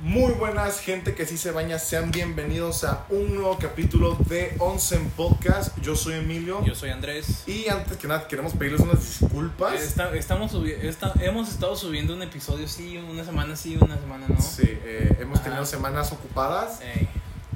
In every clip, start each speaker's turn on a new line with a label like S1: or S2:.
S1: Muy buenas, gente que sí se baña. Sean bienvenidos a un nuevo capítulo de Onsen Podcast. Yo soy Emilio.
S2: Yo soy Este, Andrés.
S1: Y antes que nada, queremos pedirles unas disculpas.
S2: Está- estamos subi- está- hemos estado subiendo un episodio, sí, una semana sí, una semana no. Eh,
S1: Sí, eh, hemos tenido
S2: Ajá.
S1: semanas ocupadas,
S2: Ey,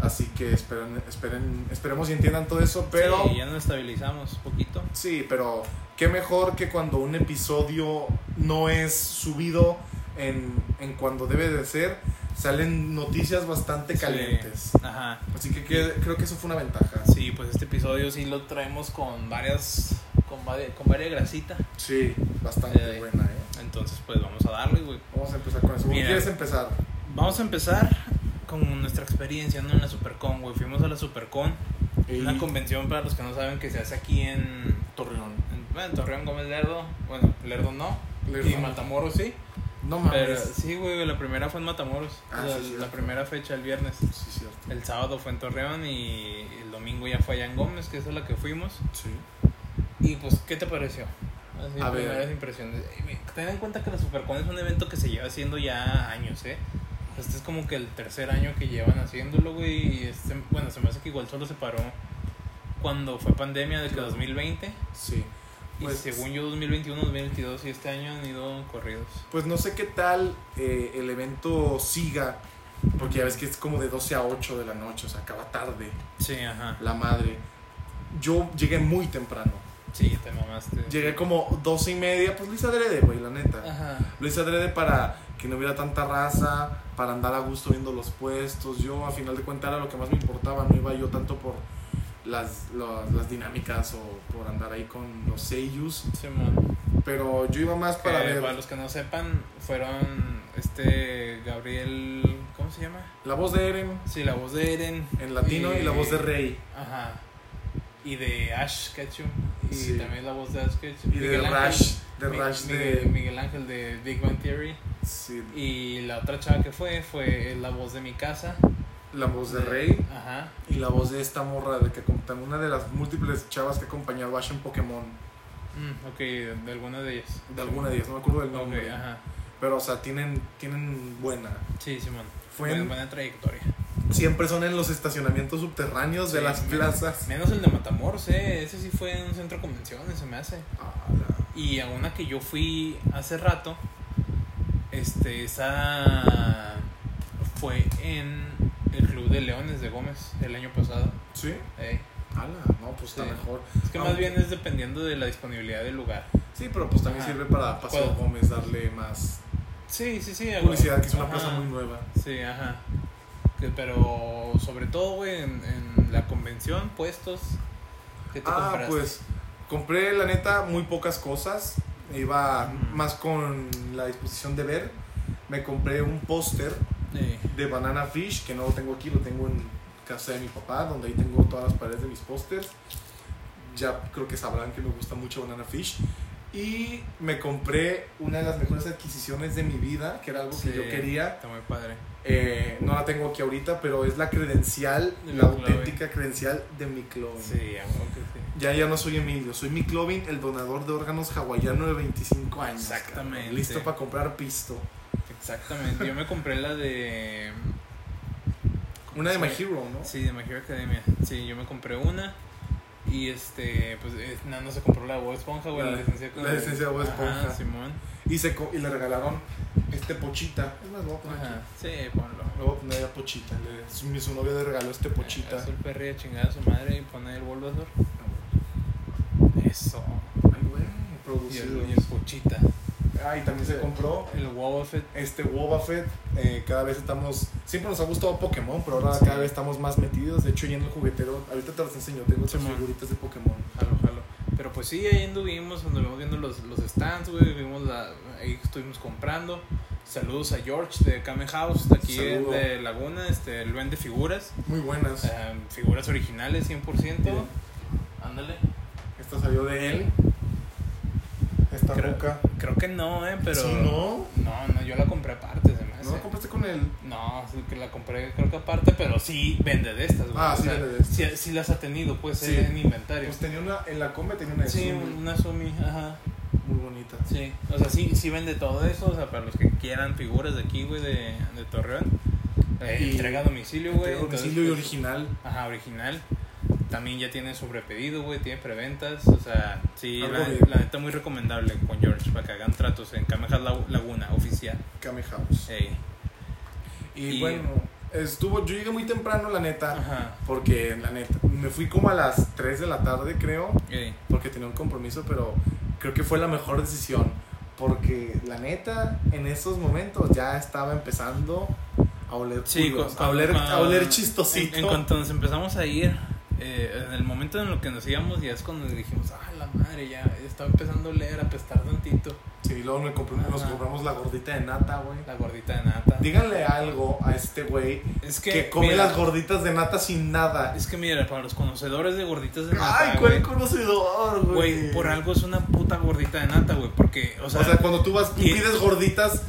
S1: así que esperen, esperen, esperemos y entiendan todo eso, pero
S2: sí, ya nos estabilizamos poquito.
S1: Sí, pero qué mejor que cuando un episodio no es subido en, en cuando debe de ser, salen noticias bastante calientes.
S2: Sí, Este, Ajá.
S1: Así que, que- creo que eso fue una ventaja.
S2: Sí, pues este episodio sí lo traemos con varias, con, vari- con varias grasita.
S1: Sí, bastante
S2: Eh,
S1: buena, ¿eh?
S2: Entonces, pues vamos a darle, güey.
S1: Vamos a empezar con eso. ¿Cómo
S2: Mira.
S1: quieres empezar?
S2: Vamos a empezar con nuestra experiencia, ¿no? En la Supercon, güey. Fuimos a la Supercon, una
S1: Y-
S2: convención para los que no saben que se hace aquí en,
S1: Torreón.
S2: en, bueno, en Torreón Gómez Lerdo. Bueno, Lerdo no.
S1: Lerdo
S2: Y
S1: no.
S2: Matamoros sí.
S1: No mames.
S2: Pero sí, güey, la primera fue en Matamoros.
S1: Ah,
S2: la,
S1: sí, cierto.
S2: la primera fecha el viernes.
S1: Sí, cierto.
S2: El sábado fue en Torreón y el domingo ya fue allá en Gómez, que es a la que fuimos.
S1: Sí.
S2: Y pues, ¿qué te pareció? Así,
S1: A ver.
S2: primeras impresiones. Eh, me- Ten en cuenta que la Supercon es un evento que se lleva haciendo ya años, ¿eh? Este es como que el tercer año que llevan haciéndolo, güey. Y este, bueno, se me hace que igual solo se paró cuando fue pandemia de que 2020.
S1: Sí. Pues-
S2: y según yo, 2021, 2022 y este año han ido corridos.
S1: Pues no sé qué tal eh, el evento siga, porque ya ves que es como de 12 a 8 de la noche, o sea, acaba tarde.
S2: Sí, ajá.
S1: La madre. Yo llegué muy temprano.
S2: Sí, te mamaste.
S1: Llegué como 12 y media, pues lo hice adrede, güey, la neta.
S2: Ajá.
S1: Lo hice adrede para que no hubiera tanta raza, para andar a gusto viendo los puestos. Yo, a final de cuentas, era lo que más me importaba. No iba yo tanto por las, las, las dinámicas o por andar ahí con los seiyus.
S2: Simón.
S1: Pero yo iba más
S2: Que,
S1: para
S2: Eh, Para,
S1: ver
S2: los que no sepan, fueron este Gabriel, ¿cómo se llama?
S1: la voz de Eren
S2: Sí, la voz de Eren.
S1: en latino y la voz de Rey.
S2: Ajá. Y de Ash Ketchum. Y
S1: Sí.
S2: también la voz de Ash Ketchum.
S1: Y de
S2: Miguel
S1: Rash, de
S2: Mi-
S1: Rash
S2: Miguel,
S1: de...
S2: Miguel Ángel de Big Bang Theory.
S1: sí,
S2: Y la otra chava que fue, fue la voz de mi casa.
S1: la voz de Rey.
S2: Ajá.
S1: Y la voz de esta morra, de que acompa- una de las múltiples chavas que ha acompañado a Ash en Pokémon,
S2: Mm, ok, de, de alguna de ellas.
S1: de alguna de ellas, no me acuerdo del nombre.
S2: Ok, ajá.
S1: Pero, o sea, tienen, tienen buena.
S2: Sí, Simón.
S1: Fue
S2: Buena-
S1: en-
S2: buena trayectoria.
S1: Siempre son en los estacionamientos subterráneos de
S2: Sí,
S1: las
S2: men-
S1: plazas.
S2: Menos el de Matamoros, eh. Ese sí fue en un centro de convenciones, se me hace.
S1: Ah, la-
S2: Y a una que yo fui hace rato, este, esa fue en el Club de Leones de Gómez el año pasado.
S1: ¿Sí?
S2: eh.
S1: Ala, no, pues está
S2: Sí.
S1: mejor.
S2: Es que más
S1: Aunque-
S2: bien es dependiendo de la disponibilidad del lugar.
S1: Sí, pero pues también
S2: Ajá.
S1: sirve para Paseo
S2: Puedo.
S1: Gómez darle más
S2: Sí, sí, sí. algo-
S1: publicidad, que es una
S2: ajá.
S1: plaza muy nueva.
S2: Sí, ajá. Que- Pero sobre todo, güey, en, en la convención, puestos. ¿Qué te
S1: Ah,
S2: compraste?
S1: pues compré, la neta, muy pocas cosas. Iba
S2: Ujú.
S1: más con la disposición de ver. Me compré un póster
S2: Eh,
S1: de Banana Fish, que no lo tengo aquí, lo tengo en casa de mi papá, donde ahí tengo todas las paredes de mis pósters. Ya creo que sabrán que me gusta mucho Banana Fish. Y me compré una de las mejores adquisiciones de mi vida, que era algo que
S2: Sí.
S1: yo quería.
S2: está muy padre.
S1: Eh, no la tengo aquí ahorita, pero es la credencial,
S2: De
S1: la
S2: McLovin.
S1: auténtica credencial de mi Clovin.
S2: Sí, algo que sí.
S1: Ya, ya no soy Emilio, soy mi Clovin, el donador de órganos hawaiano de 25 años. cabrón.
S2: Exactamente.
S1: Listo para comprar pisto.
S2: Exactamente, yo me compré la de.
S1: Una de
S2: Sí.
S1: My Hero, ¿no?
S2: Sí, de My Hero Academia. Sí, yo me compré una. Y este, pues eh, Nando se compró la de Bob Esponja, güey.
S1: La-
S2: La, licencia
S1: la licencia de Bob Esponja.
S2: Simón.
S1: Y, se co- y le regalaron este pochita. Es más, lo voy a poner aquí.
S2: Ajá, sí, ponlo.
S1: Le voy a poner a Pochita. Le, su, mi- su novia le regaló este
S2: Ah,
S1: Pochita.
S2: Haz el perri a chingar a su madre y pone el Bulbasaur. Eso.
S1: Ay, güey,
S2: Y
S1: producido.
S2: el, y el Pochita.
S1: Ah, y también se compró
S2: El Wobbuffet.
S1: este Wobbuffet. Eh, cada vez estamos. Siempre nos ha gustado Pokémon, pero ahora cada vez estamos más metidos. De hecho, ya en el juguetero. Ahorita te los enseño. Tengo otras
S2: Simón.
S1: figuritas de Pokémon.
S2: Jalo, jalo. Pero pues sí, ahí anduvimos, anduvimos viendo los, los stands, güey. Vimos la, ahí estuvimos comprando. Saludos a George de Kame House, de aquí
S1: Saludo.
S2: de Laguna. Este, él vende figuras,
S1: Muy buenas.
S2: eh, figuras originales 100%.
S1: Bien.
S2: Ándale.
S1: Esta salió de él. Esta
S2: Creo-
S1: roca.
S2: Creo que no, ¿eh? Pero.
S1: Sí, no.
S2: No, no, yo la compré aparte, se me hace.
S1: ¿No la compraste con él?
S2: No, sí que la compré, creo que aparte, pero sí vende de estas, güey.
S1: Ah, sí vende de estas.
S2: Sí, sí las ha tenido, pues,
S1: Sí.
S2: en inventario.
S1: Pues tenía una. En la combe tenía una de
S2: sí,
S1: Zumi,
S2: una Sumi, ajá.
S1: Muy bonita.
S2: Sí, o sea, sí, sí vende todo eso, o sea, para los que quieran figuras de aquí, güey, de, de Torreón, Eh,
S1: Y-
S2: entrega a domicilio, güey.
S1: Tengo
S2: entonces,
S1: domicilio y
S2: pues,
S1: original.
S2: Ajá, original. También ya tiene sobrepedido, güey, tiene preventas. O sea, sí,
S1: Algo
S2: la,
S1: bien.
S2: la neta muy recomendable con George para que hagan tratos en Camejas Lag- Laguna, oficial.
S1: Kame House.
S2: Ey.
S1: Y,
S2: Eh, y-
S1: bueno, estuvo, yo llegué muy temprano, la neta.
S2: Ajá.
S1: Porque, la neta, me fui como a las 3 de la tarde, creo.
S2: Ey.
S1: porque tenía un compromiso, pero creo que fue la mejor decisión. Porque la neta, en esos momentos ya estaba empezando a oler
S2: Sí,
S1: culos,
S2: cu-
S1: a oler,
S2: cuando-
S1: a oler chistosito.
S2: En, en cuanto nos empezamos a ir, eh, en el momento en el que nos íbamos, ya es cuando dijimos, ah, la madre, ya estaba empezando a leer, a apestar tantito.
S1: Sí, luego me compré- nos
S2: Ajá.
S1: compramos la gordita de nata, güey.
S2: La gordita de nata.
S1: Díganle algo a este güey
S2: es
S1: que,
S2: que,
S1: come
S2: mira,
S1: las gorditas de nata sin nada.
S2: Es que mira, para los conocedores de gorditas de nata.
S1: Ay, cuál
S2: güey,
S1: conocedor, güey.
S2: Güey, por algo es una puta gordita de nata, güey. Porque, o sea,
S1: o sea, cuando tú vas, tú
S2: y-
S1: pides gorditas,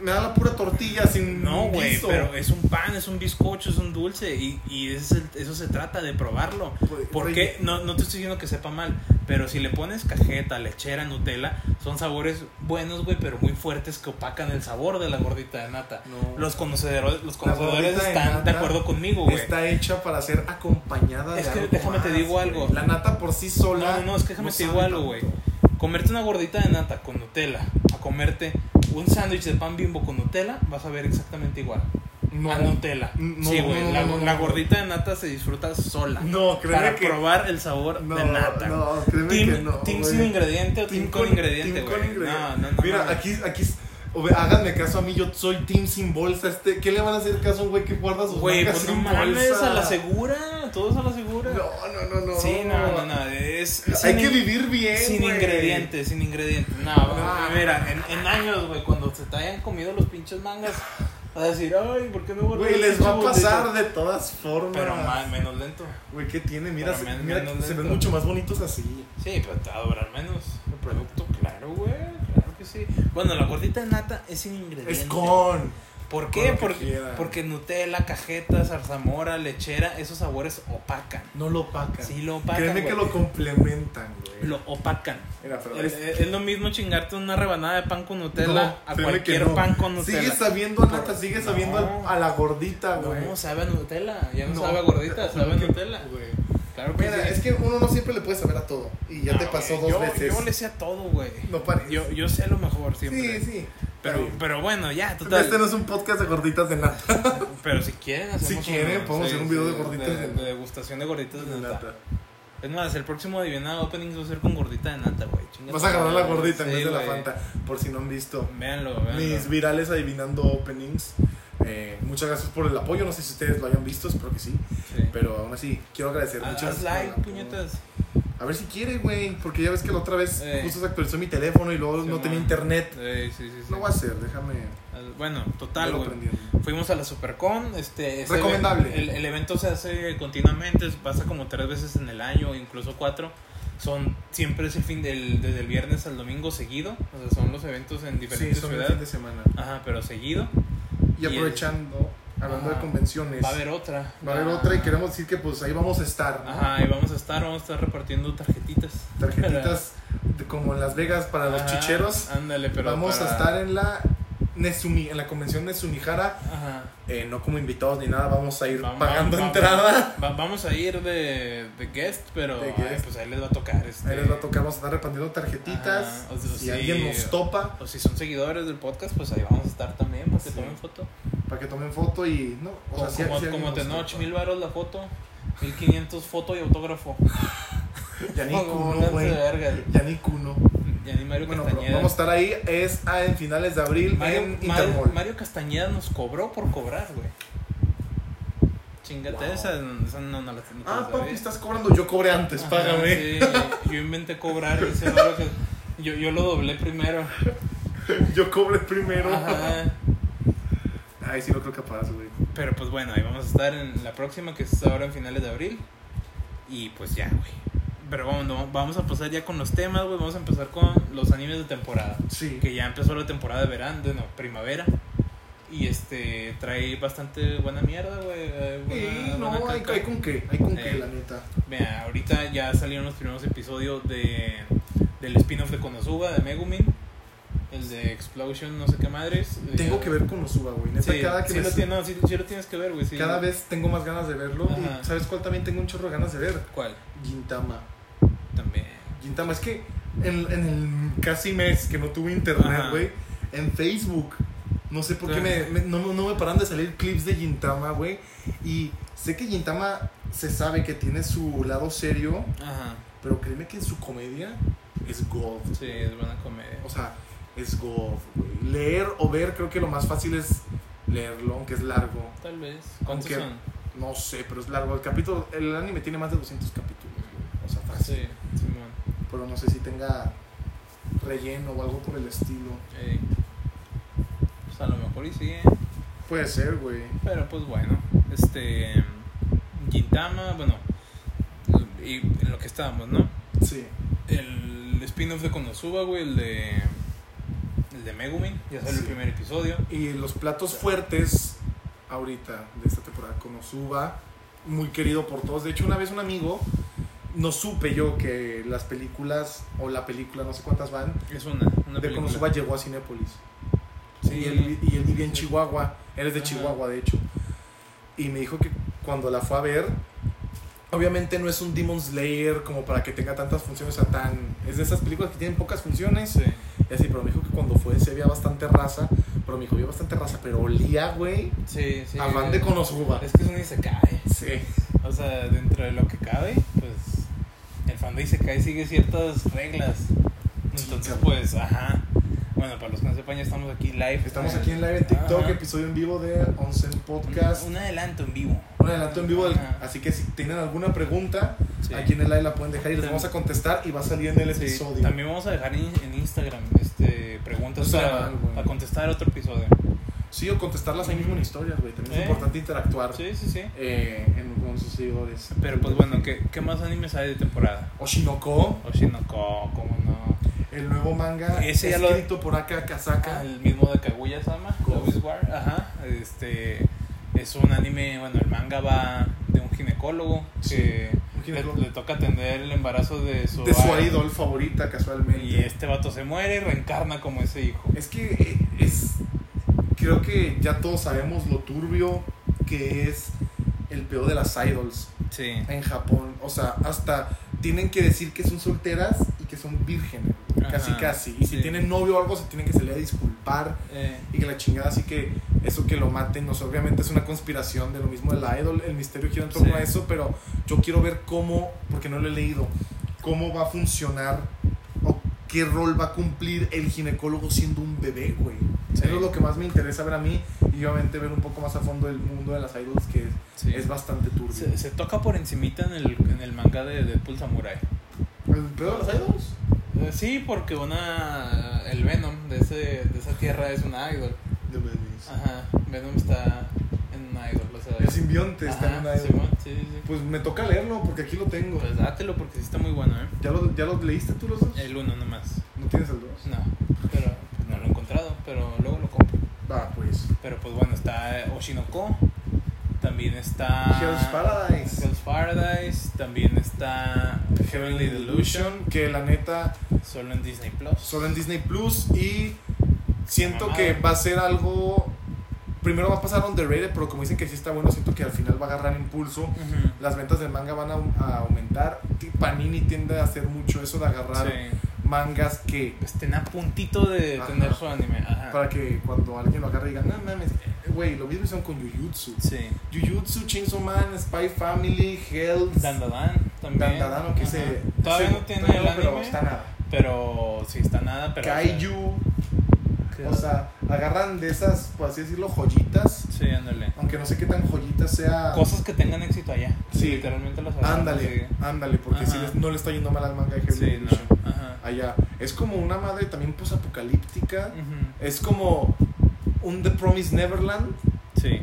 S1: me da la pura tortilla sin
S2: no, güey,
S1: guiso.
S2: pero es un pan, es un bizcocho, es un dulce. Y, y ese es el- eso se trata de probarlo.
S1: Güey, güey,
S2: Porque no, no te estoy diciendo que sepa mal, pero si le pones cajeta, lechera, Nutella, son sabores buenos, güey, pero muy fuertes que opacan el sabor de la gordita de nata.
S1: No.
S2: Los conocedores, los
S1: La gordita
S2: conocedores
S1: de
S2: están
S1: nata
S2: de acuerdo conmigo, güey.
S1: Está hecha para ser acompañada
S2: Es
S1: de
S2: que
S1: algo
S2: déjame te
S1: más,
S2: digo
S1: güey.
S2: algo.
S1: La nata por sí sola.
S2: No, no, no, es que déjame te digo
S1: sabe
S2: algo,
S1: tanto.
S2: güey. Comerte una gordita de nata con Nutella, a comerte un sándwich de pan bimbo con Nutella, vas a ver exactamente igual.
S1: No.
S2: A Nutella.
S1: No,
S2: sí, güey.
S1: no,
S2: la,
S1: no, no,
S2: la
S1: no.
S2: gordita de nata se disfruta sola.
S1: No, créeme
S2: Para
S1: que-
S2: probar el sabor
S1: No,
S2: de nata.
S1: no, créeme que
S2: Team,
S1: no.
S2: team
S1: güey.
S2: sin ingrediente o team, con, ingrediente,
S1: team con
S2: güey.
S1: ingrediente.
S2: No, no, no.
S1: Mira,
S2: no.
S1: aquí, aquí. es- o ve, Háganme caso a mí, yo soy team sin bolsa. Este, ¿Qué le van a hacer caso a un güey que guarda sus
S2: Güey,
S1: marcas
S2: pues no
S1: sin
S2: mames,
S1: bolsa?
S2: a la segura. Todos a la segura.
S1: No, no, no, no.
S2: Sí, no, no, no. Es, es
S1: Hay
S2: sin
S1: que
S2: in-
S1: vivir bien.
S2: Sin
S1: güey.
S2: ingredientes, sin ingredientes. No,
S1: Ah.
S2: mira, en, en años, güey, cuando se te hayan comido los pinches mangas, vas a decir, ay, ¿por qué me guardas
S1: Güey,
S2: los
S1: les va a
S2: pinches bolitos?"
S1: pasar de todas formas.
S2: Pero más, menos lento.
S1: Güey, ¿qué tiene? Mira,
S2: Pero
S1: se,
S2: menos-
S1: mira,
S2: menos
S1: se ven
S2: lento.
S1: mucho más bonitos así.
S2: Sí, pero te va a durar menos el producto, claro, güey. Claro que sí. Bueno, la gordita de nata es sin ingrediente.
S1: Es con.
S2: ¿Por
S1: con
S2: qué?
S1: lo que
S2: porque,
S1: quieran.
S2: porque Nutella, cajeta, zarzamora, lechera, esos sabores opacan.
S1: No lo opacan.
S2: Sí, lo opacan.
S1: Créeme que
S2: güey.
S1: lo complementan, güey.
S2: Lo opacan.
S1: Mira, pero
S2: Es,
S1: es-
S2: es lo mismo chingarte una rebanada de pan con Nutella
S1: No, créeme
S2: a
S1: que
S2: cualquier
S1: no.
S2: pan con Nutella.
S1: Sigue sabiendo a nata, sigue
S2: No.
S1: sabiendo al- a la gordita, güey.
S2: No, sabe a Nutella. Ya no,
S1: No.
S2: sabe a gordita, sabe a
S1: Porque-
S2: Nutella.
S1: güey.
S2: Claro que
S1: Mira,
S2: sí.
S1: es que uno no siempre le puede saber a todo. Y ya
S2: Pues No,
S1: te pasó dos
S2: güey, yo,
S1: veces.
S2: Yo le sé a todo, güey.
S1: No pares.
S2: Yo, yo sé lo mejor siempre.
S1: sí, sí.
S2: Pero,
S1: Está bien.
S2: pero bueno, ya, total.
S1: Este no es un podcast de gorditas de nata.
S2: Pero si quieren, hacemos
S1: quieren,
S2: uno,
S1: podemos hacer un video de gorditas
S2: De,
S1: de-
S2: de degustación de gorditas de
S1: De
S2: nata.
S1: nata.
S2: Es más, el próximo Adivina Openings va a ser con gordita de nata, güey. Chinga
S1: Vas
S2: tu
S1: a agarrar la
S2: madre, güey.
S1: gordita en
S2: Sí,
S1: vez de la
S2: güey.
S1: Fanta. Por si no han visto.
S2: Véanlo, véanlo.
S1: mis virales adivinando openings. Eh, muchas gracias por el apoyo. No sé si ustedes lo hayan visto, espero que sí.
S2: Sí.
S1: Pero aún así, quiero agradecer.
S2: Haz-
S1: muchas
S2: Ah, Haz
S1: gracias por
S2: like,
S1: el apoyo.
S2: puñetas.
S1: A ver si quiere, güey. Porque ya ves que la otra vez
S2: Eh.
S1: justo se actualizó mi teléfono y luego
S2: Sí,
S1: no
S2: man.
S1: tenía internet.
S2: Sí, sí, sí. sí.
S1: Lo voy a hacer, déjame.
S2: Bueno, total,
S1: verlo
S2: güey.
S1: aprendiendo.
S2: Fuimos a la Supercon, este ese
S1: Recomendable.
S2: event- El, el evento se hace continuamente, pasa como tres veces en el año, incluso cuatro. Son siempre es el fin del desde el viernes al domingo seguido, o sea, son los eventos en
S1: Sí,
S2: diferentes
S1: son el fin de
S2: ciudades.
S1: semana.
S2: Ajá, pero seguido.
S1: Y
S2: Y el-
S1: aprovechando, hablando de
S2: Ajá.
S1: convenciones,
S2: Va a haber otra.
S1: va a haber otra y queremos decir que pues ahí vamos a estar. ¿no?
S2: Ajá, y vamos a estar, vamos a estar repartiendo tarjetitas.
S1: Tarjetitas de- como en Las Vegas para los
S2: Ajá,
S1: chicheros.
S2: Ándale, pero
S1: vamos
S2: para-
S1: a estar en la Nezumi, en la convención Nezumihara.
S2: Ajá.
S1: eh, no como invitados ni nada, vamos a ir
S2: Vamos-
S1: pagando
S2: vamos-
S1: entrada.
S2: va- vamos a ir de, de guest, pero
S1: De
S2: ay,
S1: guest.
S2: pues ahí les va a tocar. Este,
S1: Ahí les va a tocar, vamos a estar repartiendo tarjetitas.
S2: Ajá, o sea,
S1: si
S2: sí.
S1: alguien nos topa,
S2: O Pues si son seguidores del podcast, pues ahí vamos a estar también para que
S1: Sí.
S2: tomen foto.
S1: para que tomen foto y no. O sea,
S2: como
S1: si-
S2: como,
S1: si alguien
S2: como
S1: nos
S2: te no,
S1: topa.
S2: ocho mil varos la foto, 1500 foto y autógrafo.
S1: Ya ni
S2: Como
S1: cuno,
S2: un
S1: güey.
S2: lance de verga.
S1: Ya ni cuno.
S2: Y ni Mario
S1: Bueno, pero
S2: Castañeda.
S1: vamos a estar ahí. Es ah, en finales de abril
S2: Mario,
S1: en
S2: Mario-
S1: Intermall.
S2: Mario Castañeda nos cobró por cobrar, güey. Chingate,
S1: Wow.
S2: esa, esa no, no la no te
S1: ah,
S2: la
S1: papi,
S2: sabía.
S1: estás cobrando. Yo cobré antes,
S2: Ajá,
S1: págame.
S2: sí, yo inventé cobrar ese varo que. Yo, yo lo doblé primero.
S1: Yo cobré primero.
S2: Ajá.
S1: Ay, sí, no creo capaz, güey.
S2: Pero pues bueno, ahí vamos a estar en la próxima, que es ahora en finales de abril. Y pues ya, güey. Pero vamos, no, vamos a pasar ya con los temas, güey. Vamos a empezar con los animes de temporada.
S1: Sí.
S2: Que ya empezó la temporada de verano, de- no, primavera. Y este, trae bastante buena mierda, güey. eh,
S1: Sí,
S2: buena-
S1: no,
S2: buena
S1: hay,
S2: calca.
S1: hay con qué. Hay con
S2: Eh.
S1: qué, la neta.
S2: Mira, ahorita ya salieron los primeros episodios de, del spin-off de Konosuba, de Megumin. el de Explosion, no sé qué madres.
S1: Tengo
S2: Ya-
S1: que ver con Osuba, güey. Neta,
S2: Sí,
S1: cada que
S2: sí,
S1: ves-
S2: lo tiene- no, sí- sí lo tienes que ver, güey. sí.
S1: cada vez tengo más ganas de verlo. y
S2: Ajá.
S1: ¿Sabes cuál también tengo un chorro de ganas de ver?
S2: ¿Cuál?
S1: Gintama.
S2: También.
S1: Gintama, es que en, en el casi mes que no tuve internet,
S2: Ajá.
S1: güey, en Facebook, no sé por qué
S2: Ajá.
S1: me, me- no, no me paran de salir clips de Gintama, güey. Y sé que Gintama se sabe que tiene su lado serio,
S2: Ajá.
S1: pero créeme que en su comedia es gold.
S2: Sí, es buena comedia.
S1: O sea, es gold, güey. Leer o ver, creo que lo más fácil es leerlo, aunque es largo.
S2: Tal vez. ¿Cuántos
S1: Aunque-
S2: son?
S1: No sé, pero es largo. El capítulo, el anime tiene más de 200 capítulos, güey. O sea, fácil.
S2: ah, Sí, Simón.
S1: Pero no sé si tenga relleno o algo por el estilo.
S2: Ey. Pues a lo mejor y sí, ¿eh?
S1: Puede ser, güey.
S2: Pero pues bueno, este. Gintama, bueno. Y en lo que estábamos, ¿no?
S1: Sí.
S2: El spin-off de Konosuba, güey, el de. El de Megumi, ya salió el
S1: Sí.
S2: primer episodio.
S1: Y los platos fuertes ahorita de esta temporada con Osuba, muy querido por todos. De hecho, una vez un amigo, no supe yo que las películas, o la película, no sé cuántas van,
S2: Es una, una
S1: de
S2: película.
S1: Konosuba llegó a Cinépolis.
S2: Sí.
S1: Y, él, vi- y él vivía en
S2: Sí.
S1: Chihuahua. Él es de
S2: Ajá.
S1: Chihuahua, de hecho. Y me dijo que cuando la fue a ver, obviamente no es un Demon Slayer como para que tenga tantas funciones, o sea, tan. Es de esas películas que tienen pocas funciones.
S2: Sí.
S1: Y así, pero me dijo que cuando fue se veía bastante raza. Pero me dijo, había bastante raza, pero olía, güey.
S2: Sí, sí.
S1: a van de Konosuba.
S2: Es que es un Isekai.
S1: Sí.
S2: O sea, dentro de lo que cabe, pues. El fan de Isekai sigue ciertas reglas. Entonces,
S1: cabrón.
S2: pues, ajá. Bueno, para los que no sepan, ya estamos aquí live.
S1: Estamos
S2: Ah,
S1: aquí en live en TikTok,
S2: ajá.
S1: episodio en vivo de Onsen Podcast.
S2: Un, un adelanto en vivo.
S1: Un adelanto en vivo. del-
S2: Ajá.
S1: así que si tienen alguna pregunta,
S2: Sí.
S1: aquí en el live la pueden dejar y les
S2: Tam-
S1: vamos a contestar y va a salir en el
S2: Sí,
S1: episodio.
S2: También vamos a dejar en, en Instagram este, preguntas
S1: Instagram,
S2: para,
S1: güey.
S2: para contestar otro episodio.
S1: Sí, o contestarlas ahí mismo en historias, güey. También
S2: ¿Eh?
S1: es importante interactuar
S2: Sí, sí, sí.
S1: eh, en- con sus seguidores.
S2: Pero pues bueno, ¿qué, qué más animes hay de temporada?
S1: Oshinoko,
S2: Oshinoko, ¿cómo no?
S1: el nuevo manga
S2: Ese ya lo-
S1: escrito por Aka Kasaka.
S2: El mismo de Kaguya Sama,
S1: Go.
S2: Love is War. Ah. Ajá. Este, es un anime, bueno, el manga va de un ginecólogo
S1: Sí,
S2: que
S1: un ginecólogo.
S2: Le, le toca atender el embarazo de su,
S1: de su
S2: a-
S1: idol favorita, casualmente.
S2: Y este vato se muere y reencarna como ese hijo.
S1: Es que eh, es. Creo que ya todos sabemos lo turbio que es el peor de las idols
S2: Sí.
S1: en Japón. O sea, hasta tienen que decir que son solteras y que son vírgenes.
S2: Ajá,
S1: Casi, casi. Y si
S2: sí.
S1: tienen novio o algo, se tienen que salir a disculpar.
S2: Eh,
S1: y que la chingada, así que eso que lo maten, no sé, obviamente es una conspiración de lo mismo del idol, el misterio gira en torno
S2: Sí.
S1: a eso, pero yo quiero ver cómo, porque no lo he leído, cómo va a funcionar o qué rol va a cumplir el ginecólogo siendo un bebé, güey.
S2: Sí.
S1: Eso es lo que más me interesa ver a mí y obviamente ver un poco más a fondo el mundo de las idols que es,
S2: sí.
S1: es bastante turbio.
S2: Se, se toca por encimita en el, en el manga de Deadpool Samurai.
S1: ¿El pedo de las idols?
S2: Eh, Sí, porque una el Venom de, ese, de esa tierra es una idol. Ajá, Venom está en una idol. O sea,
S1: El simbionte está en una
S2: Ajá,
S1: idol.
S2: Simón, sí, sí, sí.
S1: Pues me toca leerlo porque aquí lo tengo.
S2: Pues dátelo porque sí está muy bueno, ¿eh?
S1: ¿Ya lo, ya lo leíste tú los dos?
S2: El uno nomás.
S1: ¿No tienes el dos?
S2: No, pero no lo he encontrado, pero luego lo compro.
S1: Va, pues.
S2: Pero pues bueno, está eh, Oshinoko. También está.
S1: Hell's Paradise.
S2: Hell's Paradise. También está Heavenly Delusion.
S1: que la neta
S2: Solo en Disney Plus.
S1: solo en Disney Plus y siento
S2: Mamada.
S1: que va a ser algo primero va a pasar underrated pero como dicen que sí está bueno siento que al final va a agarrar impulso
S2: Ujú.
S1: las ventas del manga van a, a aumentar Ti- Panini tiende a hacer mucho eso de agarrar
S2: Sí.
S1: mangas que
S2: Estén a puntito de
S1: Ajá.
S2: tener su anime. Ajá.
S1: para que cuando alguien lo agarre diga no mames eh, güey lo mismo hicieron con Jujutsu
S2: Sí.
S1: Jujutsu Chainsaw Man Spy Family Hells
S2: Dandadan también.
S1: Dandadan o que
S2: Ajá.
S1: se
S2: Todavía
S1: ese-
S2: no tiene
S1: todavía
S2: el
S1: no,
S2: anime.
S1: pero está nada
S2: Pero sí está nada. Pero,
S1: Kaiju
S2: que-
S1: Este, O sea, agarran de esas, por así decirlo, joyitas,
S2: Sí, ándale.
S1: aunque no sé qué tan joyitas sea.
S2: Cosas que tengan éxito allá.
S1: Sí.
S2: Literalmente las agarran,
S1: Ándale, ándale, porque
S2: Ajá.
S1: si les- no le está yendo mal al manga de
S2: Sí,
S1: Hell's
S2: sí no.
S1: Kitchen.
S2: Ajá.
S1: Allá. Es como una madre también posapocalíptica.
S2: Ujú.
S1: Es como un The Promised Neverland
S2: Sí.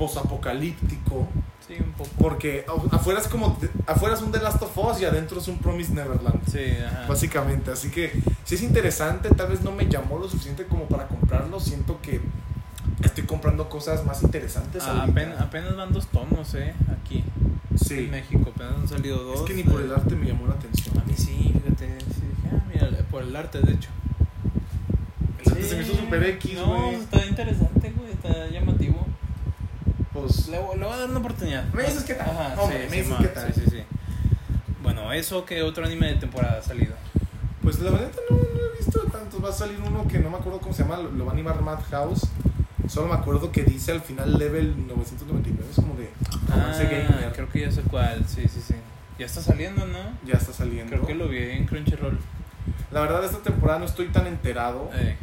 S1: posapocalíptico.
S2: Sí, un poco.
S1: Porque au- afuera es como. de- Afuera es un The Last of Us y adentro es un Promised Neverland.
S2: Sí, ajá.
S1: Pues Básicamente, así que si es interesante, tal vez no me llamó lo suficiente como para comprarlo. Siento que estoy comprando cosas más interesantes.
S2: Ah,
S1: ahorita.
S2: apenas, apenas van dos tomos, eh. Aquí.
S1: Sí.
S2: En México. Apenas han salido dos.
S1: Es que ni por el
S2: eh.
S1: arte me llamó la atención.
S2: A mí sí, fíjate. Sí, dije, ah, mira, por el arte, de hecho.
S1: se me hizo super X,
S2: No,
S1: güey.
S2: está interesante, güey. Está llamativo.
S1: Pues,
S2: Le, vo- le voy a dar una oportunidad.
S1: Me dices qué tal.
S2: Ajá,
S1: Hombre,
S2: sí,
S1: me
S2: sí,
S1: dices
S2: ma,
S1: qué tal.
S2: Sí, sí, sí. Bueno, eso que otro anime de temporada ha salido.
S1: pues la verdad no, no he visto tantos. Va a salir uno que no me acuerdo cómo se llama, lo, lo va a animar Madhouse. Solo me acuerdo que dice al final level 999, es como de romance gamer.
S2: Ah, creo que ya sé cuál. Sí, sí, sí. Ya está saliendo, ¿no?
S1: Ya está saliendo.
S2: Creo que lo vi en Crunchyroll.
S1: La verdad, esta temporada no estoy tan enterado.
S2: Eh,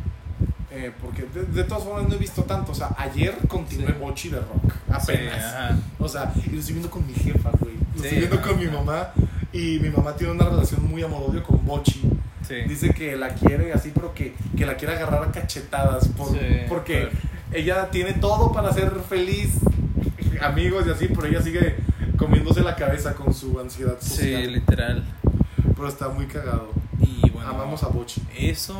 S1: eh, porque de, de todas formas no he visto tanto. O sea, ayer continué
S2: Sí.
S1: Bochi de Rock. Apenas.
S2: sí, ajá.
S1: O sea, y lo estoy viendo con mi jefa, güey. Lo
S2: Sí,
S1: estoy viendo
S2: ajá.
S1: con mi mamá. Y mi mamá tiene una relación muy amor-odio con Bochi.
S2: Sí.
S1: Dice que la quiere así, pero que, que la quiere agarrar a cachetadas. Por,
S2: Sí,
S1: porque
S2: claro.
S1: ella tiene todo para ser feliz, amigos y así, pero ella sigue comiéndose la cabeza con su ansiedad
S2: Sí,
S1: social.
S2: literal.
S1: Pero está muy cagado.
S2: Y bueno.
S1: Amamos Ah, a Bochi.
S2: Eso.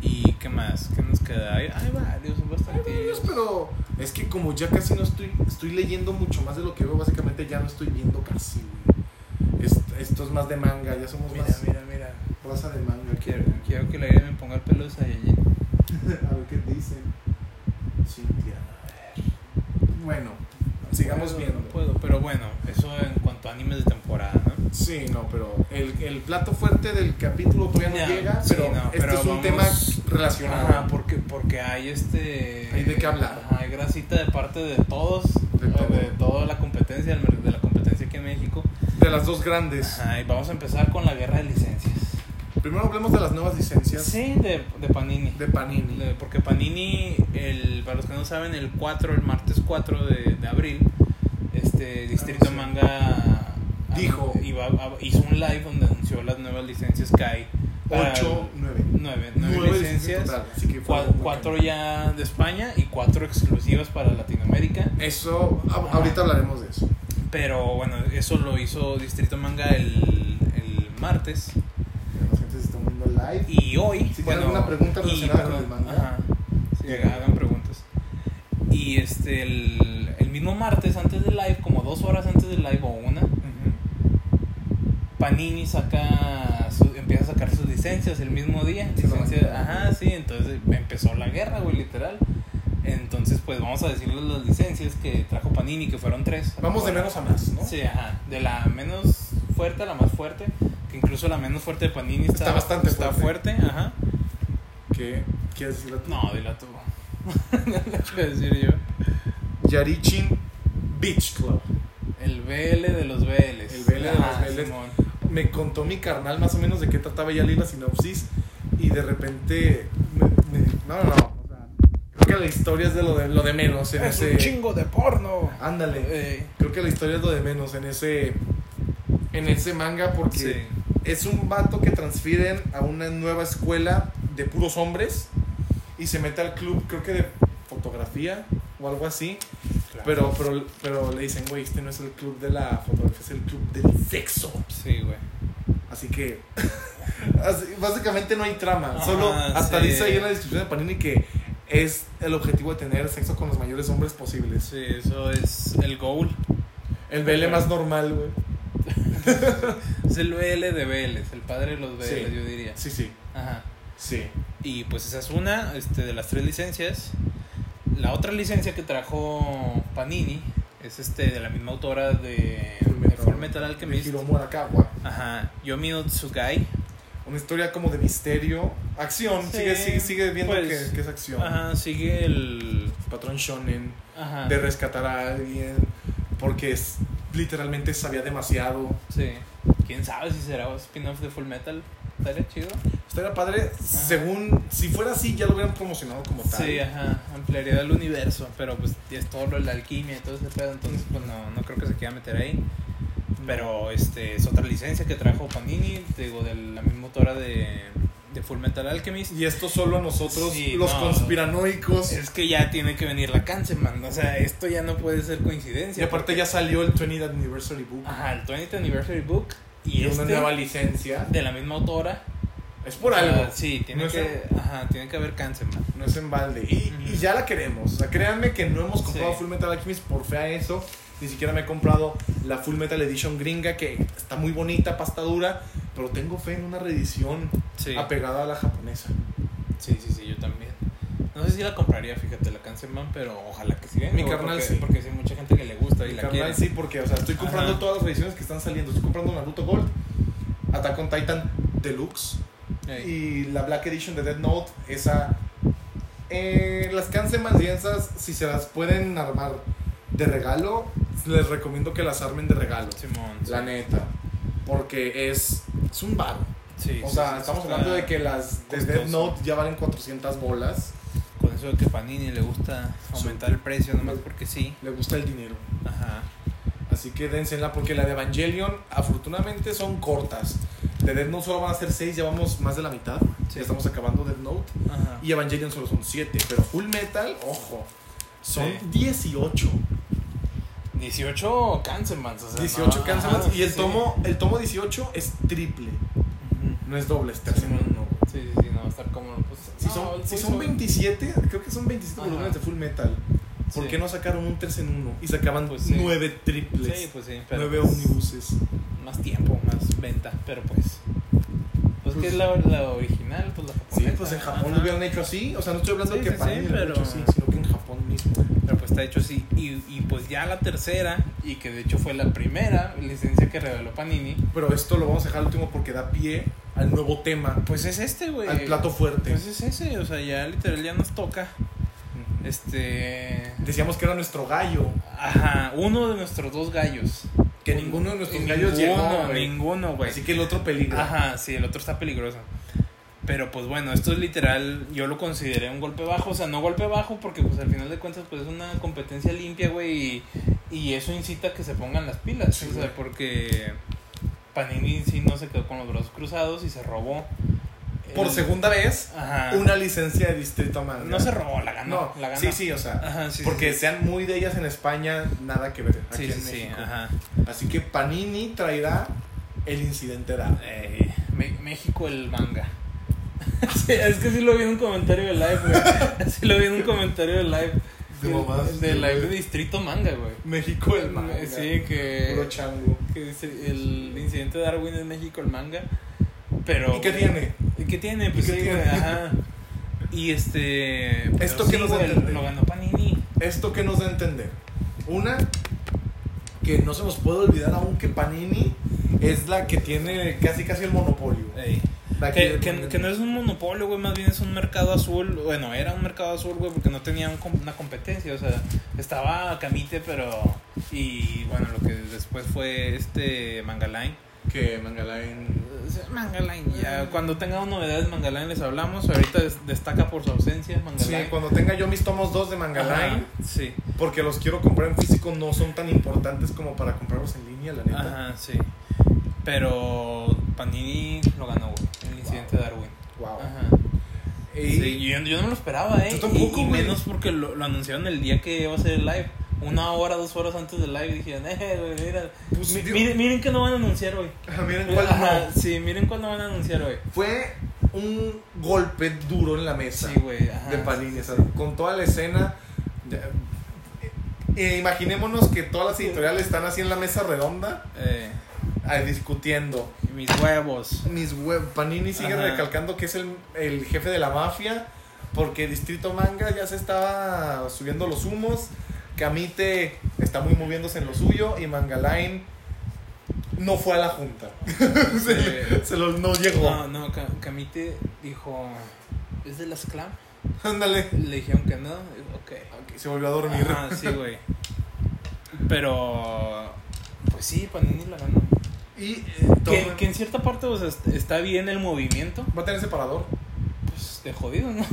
S2: ¿Y qué más? ¿Qué nos queda? Hay, hay varios, son
S1: Hay varios,
S2: bastantes.
S1: pero es que como ya casi no estoy, estoy leyendo mucho más de lo que veo, básicamente ya no estoy viendo casi, güey. Es- esto es más de manga, ya somos
S2: Mira,
S1: más
S2: mira, mira.
S1: raza de manga.
S2: Quiero, quiero que la aire me ponga el pelo de Saiyajin.
S1: A ver qué dicen. Cintia. Bueno, sigamos
S2: Puedo,
S1: viendo.
S2: No puedo, pero bueno, eso en cuanto a animes de temporada, ¿no?
S1: Sí, no, pero el, el plato fuerte del capítulo todavía no,
S2: Ya,
S1: llega,
S2: sí,
S1: pero
S2: no,
S1: este
S2: pero
S1: es un
S2: vamos-
S1: tema relacionado.
S2: Ajá, porque, porque hay este.
S1: Hay de qué hablar.
S2: Ajá, hay grasita de parte de todos.
S1: De
S2: De,
S1: todo.
S2: de toda la competencia, de la competencia aquí en México.
S1: De las dos grandes.
S2: Ajá, y vamos a empezar con la guerra de licencias.
S1: Primero hablemos de las nuevas licencias
S2: Sí, de, de Panini.
S1: de Panini.
S2: Le- Porque Panini, el, para los que no saben, el 4, el martes 4 de, de abril, este Distrito
S1: Ah, sí.
S2: Manga ah,
S1: Dijo.
S2: iba a- hizo un live donde anunció las nuevas licencias que hay. para-
S1: 8, 9.
S2: nueve, nueve
S1: Nueve
S2: licencias.
S1: total, así que fue
S2: cua-
S1: algo muy
S2: cuatro
S1: cañón.
S2: ya de España y cuatro exclusivas para Latinoamérica.
S1: Eso, a-
S2: Ajá.
S1: ahorita hablaremos de eso.
S2: Pero bueno, eso lo hizo Distrito Manga el, el martes.
S1: La gente se está uniendo live.
S2: Y hoy.
S1: Si tienen
S2: bueno,
S1: alguna pregunta
S2: y-
S1: relacionada con
S2: perdón,
S1: el manga,
S2: ajá, sí,
S1: llega.
S2: hagan preguntas. Y este, el, el mismo martes, antes del live, como dos horas antes del live o una, Panini saca su- empieza a sacar sus licencias el mismo día.
S1: Sí, lo
S2: Licencias-
S1: imagino.
S2: ajá, sí, entonces empezó la guerra, güey, literal. Entonces, pues vamos a decirles las licencias que trajo Panini, que fueron tres.
S1: Vamos de
S2: Fueron-
S1: menos a más, ¿no?
S2: Sí, ajá. De la menos fuerte a la más fuerte. Que incluso la menos fuerte de Panini está,
S1: Está bastante
S2: está
S1: fuerte.
S2: fuerte. ajá.
S1: ¿Qué quieres decir?
S2: No, dila tú. no la quiero decir yo.
S1: Yarichin Beach Club.
S2: El BL de los BLs.
S1: El BL de los
S2: Ajá,
S1: BLs.
S2: Simón.
S1: Me contó mi carnal más o menos de qué trataba ya la sinopsis y de repente... me- me- no, no, no. o sea, creo que la historia es de lo de, lo de menos en
S2: Es un
S1: ese...
S2: chingo de porno.
S1: Ándale.
S2: Eh,
S1: Creo que la historia es lo de menos en ese... En ese manga porque
S2: sí.
S1: es un vato que transfieren a una nueva escuela de puros hombres y se mete al club, creo que de fotografía o algo así. Pero, pero, pero le dicen, güey, este no es el club de la fotografía, es el club del sexo.
S2: Sí, güey.
S1: Así que. así- básicamente no hay trama.
S2: Ajá,
S1: Solo hasta
S2: sí.
S1: dice ahí en la descripción de Panini que es el objetivo de tener sexo con los mayores hombres posibles.
S2: Sí, eso es el goal.
S1: El BL más normal, güey.
S2: Es el BL de BLs. El padre de los BLs,
S1: Sí.
S2: yo diría.
S1: Sí, sí.
S2: Ajá.
S1: Sí.
S2: Y pues esa es una este, de las tres licencias. La otra licencia que trajo Panini es este de la misma autora de
S1: Full
S2: de
S1: Metal-
S2: Full Metal
S1: Me
S2: Alchemist.
S1: Hiro Murakawa.
S2: Ajá. Yomi no Tsugai.
S1: Una historia como de misterio. Acción.
S2: Sí,
S1: sigue, sigue, sigue viendo
S2: pues,
S1: que, que es acción.
S2: Ajá, sigue el.
S1: Patrón Shonen.
S2: Ajá.
S1: De rescatar a alguien. Porque es, literalmente sabía demasiado.
S2: Sí. Quién sabe si será un spin-off de Full Metal. Estaría chido.
S1: Estaría padre, según, si fuera así, ya lo hubieran promocionado como tal.
S2: Sí, ajá. Ampliaría el universo. Pero pues ya es todo lo de la alquimia y todo ese pedo. Entonces, pues no, no creo que se quiera meter ahí. Pero este es otra licencia que trajo Panini. te Digo, de la misma autora de, de Full Metal Alchemist.
S1: Y esto solo a nosotros,
S2: Sí,
S1: los
S2: no.
S1: conspiranoicos.
S2: Es que ya tiene que venir la Canceman. O sea, esto ya no puede ser
S1: Y
S2: coincidencia.
S1: aparte ya salió el 20th Anniversary Book.
S2: Ajá, el 20th Anniversary Book. Ah, Y,
S1: Y una
S2: este,
S1: nueva licencia.
S2: de la misma autora.
S1: Es por
S2: O sea,
S1: algo.
S2: Sí, tiene
S1: No es
S2: que, ajá, tiene que haber Canceman.
S1: No es en balde. Y,
S2: Ujú.
S1: y ya la queremos. O sea, créanme que no hemos comprado
S2: Sí.
S1: Full Metal Alchemist por fe a eso. Ni siquiera me he comprado la Full Metal Edition gringa, que está muy bonita, pasta dura. Pero tengo fe en una reedición
S2: Sí.
S1: apegada a la japonesa.
S2: sí, sí, sí, yo No sé si la compraría, fíjate, la Cancerman, pero ojalá que sí venga.
S1: Mi
S2: güey,
S1: carnal
S2: porque,
S1: sí.
S2: Porque sí hay mucha gente que le gusta y la
S1: Carnal,
S2: quiere.
S1: sí, porque, o sea, estoy comprando
S2: Ajá.
S1: todas las ediciones que están saliendo. Estoy comprando Naruto Gold, Attack on Titan Deluxe
S2: Ey.
S1: y la Black Edition de Dead Note. Esa. Eh, las Canseman lienzas, si se las pueden armar de regalo, les recomiendo que las armen de regalo.
S2: Simón.
S1: La neta. Porque es, es un bar.
S2: Sí,
S1: O
S2: sí,
S1: sea,
S2: sí,
S1: estamos
S2: sí,
S1: hablando de
S2: está-
S1: que las de
S2: costoso.
S1: Dead Note ya valen 400 bolas.
S2: Con eso de que Panini le gusta aumentar el precio, nomás porque sí.
S1: Le gusta el dinero.
S2: Ajá.
S1: Así que dénsela porque la de Evangelion afortunadamente son cortas. De Death Note solo van a ser 6, ya vamos más de la mitad.
S2: Sí.
S1: Ya estamos acabando Death Note.
S2: Ajá.
S1: Y Evangelion solo son 7, pero Full Metal, ojo, son
S2: Sí.
S1: 18.
S2: 18 Cancermans, o sea.
S1: 18
S2: no,
S1: Cancermans,
S2: ajá,
S1: y el
S2: sí.
S1: tomo el tomo 18 es triple,
S2: Ujú.
S1: no es doble, está
S2: Sí,
S1: haciendo uno. güey.
S2: sí, sí, no va a estar cómodo. Pues,
S1: Si
S2: no,
S1: son,
S2: el
S1: si
S2: pulso-
S1: son 27, creo que son 27
S2: Ajá.
S1: volúmenes de Full Metal. ¿Por
S2: Sí.
S1: qué no sacaron un 3 en 1 y sacaban
S2: Pues sí.
S1: 9 triples?
S2: Sí, pues sí, pero
S1: 9
S2: pues,
S1: omnibuses.
S2: Más tiempo, más venta, pero pues. Pues, que es la, la original, pues la
S1: Sí,
S2: japonesa.
S1: pues en Japón
S2: ajá.
S1: lo hubieran hecho así. O sea, no estoy hablando
S2: Sí,
S1: que
S2: sí,
S1: Panini
S2: sí,
S1: lo hubiera
S2: pero-
S1: hecho así, sino que en Japón mismo.
S2: Pero pues está hecho así. Y, y pues ya la tercera, y que de hecho fue la primera licencia que reveló Panini,
S1: Pero esto lo vamos a dejar al último porque da pie al nuevo tema,
S2: pues es este, güey.
S1: al plato fuerte.
S2: Pues es ese, o sea, ya literal ya nos toca. Este.
S1: Decíamos que era nuestro gallo,
S2: Ajá, uno de nuestros dos gallos.
S1: que
S2: Un-
S1: ninguno de nuestros
S2: ninguno,
S1: gallos llegó. güey.
S2: Ninguno, güey.
S1: Así que el otro peligro.
S2: Ajá, sí, el otro está peligroso. Pero pues bueno, esto es literal, yo lo consideré un golpe bajo, o sea, no golpe bajo porque pues al final de cuentas pues es una competencia limpia, güey, y, y eso incita a que se pongan las pilas,
S1: Sí,
S2: o sea,
S1: güey.
S2: porque Panini sí no se quedó con los brazos cruzados y se robó.
S1: Por
S2: el-
S1: segunda vez,
S2: Ajá.
S1: una licencia de Distrito Manga.
S2: No se robó, la ganó.
S1: No,
S2: la ganó.
S1: sí, sí, o sea.
S2: Ajá, sí, sí,
S1: porque
S2: sí.
S1: sean muy de ellas en España, nada que ver. Aquí
S2: Sí,
S1: en
S2: sí, sí,
S1: México.
S2: ajá.
S1: Así que Panini traerá el incidente dado.
S2: Eh, Me- México el manga. Sí, es que sí lo vi en un comentario de live, güey. Sí lo vi en un comentario de live.
S1: De
S2: El-
S1: mamadas,
S2: De
S1: sí,
S2: live de
S1: güey.
S2: Distrito Manga, güey. Eh,
S1: México el manga.
S2: Sí,
S1: Puro
S2: que,
S1: chango.
S2: que dice el incidente de Darwin en México el manga. Pero.
S1: ¿Y qué tiene?
S2: ¿Y qué tiene? Pues
S1: qué
S2: sí, güey,
S1: tiene?
S2: ajá. Y este. pero
S1: ¿Esto qué
S2: sí,
S1: nos da a
S2: güey,
S1: entender?
S2: Lo ganó Panini.
S1: Esto que nos da a entender. Una, que no se nos puede olvidar aún que Panini es la que tiene casi casi el monopolio.
S2: Ey.
S1: La
S2: Que, que- que no es un monopolio, güey, más bien es un mercado azul. Bueno, era un mercado azul, güey, porque no tenía un com- una competencia. O sea, estaba Camite, pero. Y bueno, lo que después fue este Mangaline.
S1: que Mangalain...
S2: Mangaline, ya. Cuando tenga novedades, Mangaline les hablamos. Ahorita des- destaca por su ausencia,
S1: Sí,
S2: Mangaline.
S1: cuando tenga yo mis tomos 2 de Mangalain,
S2: Ajá, Sí,
S1: porque los quiero comprar en físico, no son tan importantes como para comprarlos en línea, la neta.
S2: ajá, sí. Pero Panini lo ganó, güey, en el incidente de Darwin.
S1: Wow.
S2: Ajá.
S1: Y-
S2: Sí, yo, yo no me lo esperaba, ¿eh?
S1: Yo tampoco,
S2: Y, y
S1: güey.
S2: menos porque lo, lo anunciaron el día que iba a ser el live. Una hora, dos horas antes del live dijeron, eh, güey, mira.
S1: Pues,
S2: Mi-
S1: digo-
S2: miren, miren que no van a anunciar hoy.
S1: Ajá, miren cuál
S2: Ajá,
S1: no.
S2: Sí, miren cuándo van a anunciar hoy.
S1: Fue un golpe duro en la mesa.
S2: Sí, güey. ajá.
S1: de Panini, o sea, con toda la escena. de- eh, imaginémonos que todas las editoriales están así en la mesa redonda
S2: Eh,
S1: ah, discutiendo.
S2: mis huevos.
S1: Mis web, Panini sigue
S2: Ajá.
S1: recalcando que es el, el jefe de la mafia porque Distrito Manga ya se estaba subiendo los humos. Camite está muy moviéndose en lo suyo y Mangalain no fue a la junta. se,
S2: Eh,
S1: le- se lo- no llegó.
S2: No, no, Ca- Camite dijo, ¿es de las clam?
S1: Ándale.
S2: Le dijeron que no. Ok.
S1: Ok, Se volvió a dormir.
S2: Ah, sí, güey. Pero. Pues sí, Panini la ganó.
S1: Y eh,
S2: Que,
S1: todo-
S2: que en cierta parte o sea, est- está bien el movimiento.
S1: va a tener separador.
S2: Pues de jodido, ¿no?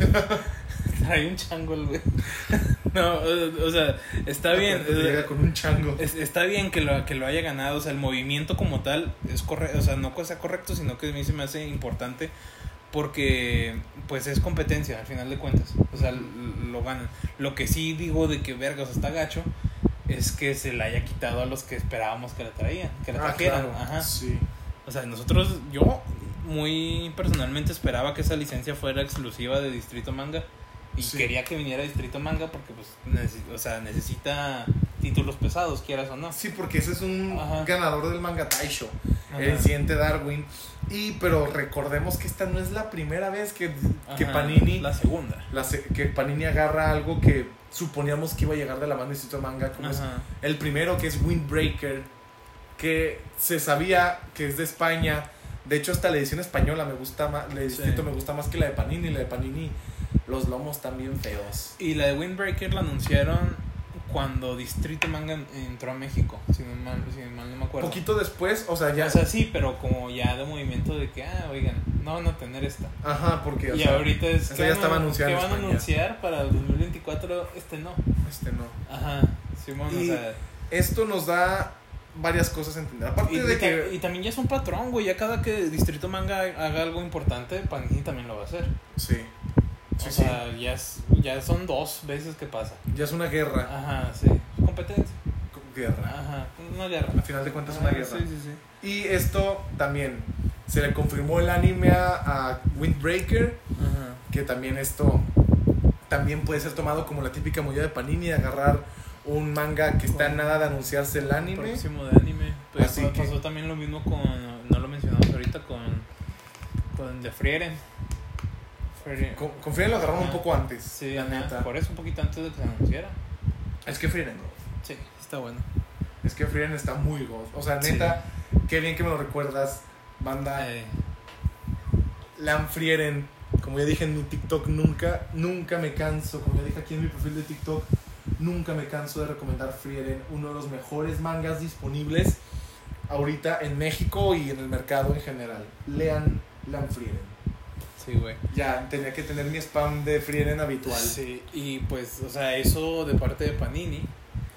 S2: Trae un chango el güey. No, o, o sea, está bien. eh,
S1: Te Llega con un chango.
S2: es- está bien que lo, que lo haya ganado. O sea, el movimiento como tal es correcto. O sea, no cosa correcto, sino que a mí se me hace importante. Porque, pues es competencia, al final de cuentas. O sea, l- lo ganan. Lo que sí digo de que vergas está gacho es que se la haya quitado a los que esperábamos que la traían, que la
S1: Ah,
S2: trajeran.
S1: claro.
S2: Ajá.
S1: Sí.
S2: O sea, nosotros, yo muy personalmente esperaba que esa licencia fuera exclusiva de Distrito Manga. Y
S1: Sí.
S2: quería que viniera Distrito Manga porque, pues, necesi- o sea, necesita títulos pesados, quieras o no.
S1: Sí, porque ese es un
S2: Ajá.
S1: ganador del manga Taisho.
S2: Ajá.
S1: el siguiente Darwin. Y pero recordemos que esta no es la primera vez que, que
S2: Ajá,
S1: Panini
S2: La segunda.
S1: la se- que Panini agarra algo que suponíamos que iba a llegar de la mano de Instituto Manga, como es
S2: Ajá.
S1: el primero que es Windbreaker, que se sabía que es de España. De hecho, hasta la edición española me gusta más, la de
S2: Sí.
S1: Instituto me gusta más que la de Panini, la de Panini los lomos también feos.
S2: Y la de Windbreaker la anunciaron cuando Distrito Manga en- entró a México, si no mal, si mal no me acuerdo.
S1: Poquito después, o sea, ya
S2: O sea, sí, pero como ya de movimiento de que, ah, oigan, no van a tener esta.
S1: ajá, porque o
S2: Y
S1: sea,
S2: ahorita es
S1: esa
S2: que
S1: ya estaba anunciada
S2: que
S1: en
S2: van a
S1: España.
S2: anunciar para el 2024, este no.
S1: este no.
S2: Ajá, Simón,
S1: Y-
S2: o sea,
S1: Esto nos da varias cosas a entender. Aparte
S2: y,
S1: de
S2: y
S1: que
S2: ta- y también ya es un patrón, güey. Ya cada que Distrito Manga haga algo importante, Panini también lo va a hacer.
S1: sí. Sí,
S2: o
S1: sí.
S2: sea, ya, es- ya son dos veces que pasa.
S1: Ya es una guerra,
S2: Ajá, sí. Competencia.
S1: guerra.
S2: Ajá, una guerra.
S1: Al final de cuentas es una
S2: Ah,
S1: guerra.
S2: Sí, sí, sí.
S1: Y esto también se le confirmó el anime a, a Windbreaker,
S2: Ajá.
S1: que también esto también puede ser tomado como la típica movida de Panini, de agarrar un manga que está en nada de anunciarse el anime. Ah,
S2: Próximo de anime. Pues
S1: Así
S2: pa-
S1: que-
S2: pasó también lo mismo con. No lo mencionamos ahorita con. Con The Frieren. Frieren.
S1: Con- Con Frieren lo agarraron un
S2: Ajá.
S1: poco antes,
S2: Ah, Sí,
S1: la
S2: ajá,
S1: neta.
S2: Por eso un poquito antes de que se anunciara.
S1: Es que Frieren, no.
S2: Sí, está bueno.
S1: es que Frieren está muy god. O sea, neta, qué bien que me lo recuerdas, banda.
S2: Eh,
S1: Lan Frieren, como ya dije en mi TikTok, nunca, nunca me canso, como ya dije aquí en mi perfil de TikTok, nunca me canso de recomendar Frieren, uno de los mejores mangas disponibles ahorita en México y en el mercado en general. Lean Lan Frieren.
S2: sí, güey.
S1: Ya, tenía que tener mi spam de Frieren habitual.
S2: Sí, y pues, o sea, eso de parte de Panini.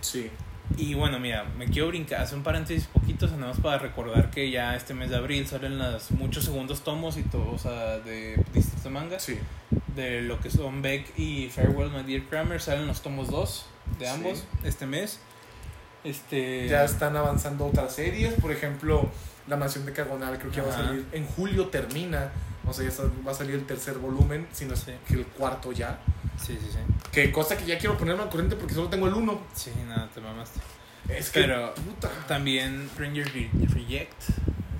S1: Sí.
S2: Y bueno, mira, me quiero brincar, hacer un paréntesis poquito, o sea, nada más para recordar que ya este mes de abril salen las muchos segundos tomos y todo, o sea, de Distrito Manga,
S1: Sí.
S2: de lo que son Beck y Farewell My Dear Kramer, salen los tomos 2 de
S1: Sí.
S2: ambos este mes. Este
S1: Ya están avanzando otras series, por ejemplo, La Mansión de Cagonal creo que ya va a
S2: Ajá.
S1: salir, en julio termina, o sea, ya está- va a salir el tercer volumen, si no es
S2: Sí.
S1: que el cuarto ya.
S2: Sí, sí, sí.
S1: Que cosa que ya quiero ponerme al corriente porque solo tengo el uno.
S2: Sí, nada, te mamaste.
S1: Es que.
S2: Pero-
S1: puta.
S2: También Ranger Re- Reject,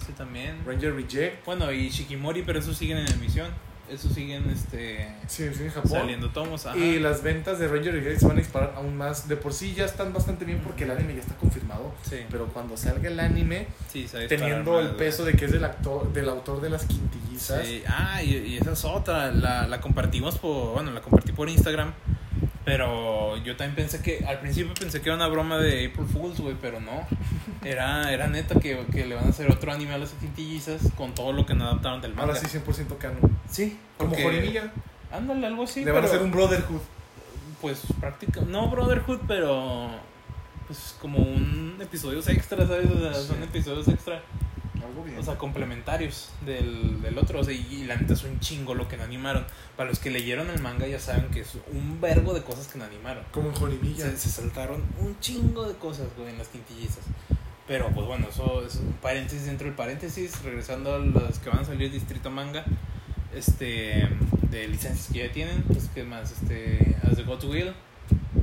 S2: ese también.
S1: Ranger Reject.
S2: Bueno, y Shikimori, pero esos siguen en emisión. Esos siguen este
S1: Sí, sí, en Japón.
S2: saliendo tomos, ajá.
S1: Y las ventas de Ranger Reject se van a disparar aún más. De por sí ya están bastante bien porque el anime ya está confirmado.
S2: Sí.
S1: Pero cuando salga el anime,
S2: Sí, se va a disparar
S1: teniendo
S2: más,
S1: el
S2: güey.
S1: peso de que es del, actor, del autor de las quintillizas.
S2: Sí. Ah, y, y esa es otra. La, la compartimos por. Bueno, la compartí por Instagram. Pero yo también pensé que. Al principio pensé que era una broma de April Fools, güey, pero no. Era, era neta que, que le van a hacer otro anime a las quintillizas con todo lo que no adaptaron del manga.
S1: Ahora sí, 100% canon.
S2: Sí,
S1: Como
S2: porque-
S1: Jorimilla.
S2: Ándale, algo así.
S1: le van a
S2: pero-
S1: hacer un Brotherhood.
S2: Pues práctica. No Brotherhood, pero. Pues como un episodios extra, ¿sabes? O sea, son
S1: Sí.
S2: episodios extra.
S1: Algo bien.
S2: O sea, complementarios del, del otro. O sea, y, y la neta es un chingo lo que no animaron. Para los que leyeron el manga ya saben que es un vergo de cosas que no animaron.
S1: como en Jorimilla.
S2: Se, se saltaron un chingo de cosas, güey, en las quintillizas. Pero pues bueno, eso es un paréntesis dentro del paréntesis. Regresando a los que van a salir Distrito Manga. Este, de licencias que ya tienen, pues qué más, este, As the God Will,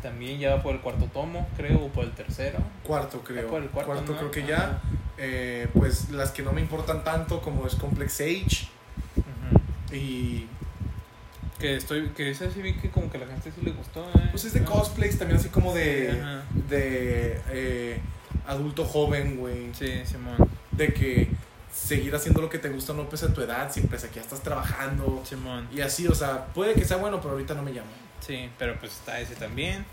S2: también ya va por el cuarto tomo, creo, o por el tercero.
S1: Cuarto, creo.
S2: Va Ah, por el cuarto, ¿no?
S1: creo que ya.
S2: Ajá.
S1: Eh, pues las que no me importan tanto, como es Complex Age.
S2: Ujú.
S1: Y
S2: Que estoy, que esa sí vi que como que a la gente sí le gustó, ¿eh?
S1: Pues es de
S2: Ah.
S1: cosplays también, así como
S2: Sí,
S1: de.
S2: ajá.
S1: de. eh, adulto joven, güey.
S2: Sí, Simón.
S1: De que seguir haciendo lo que te gusta no pese a tu edad, si pese a que ya estás trabajando.
S2: Simón.
S1: Y así, o sea, puede que sea bueno, pero ahorita no me llama.
S2: Sí, pero pues está ese también.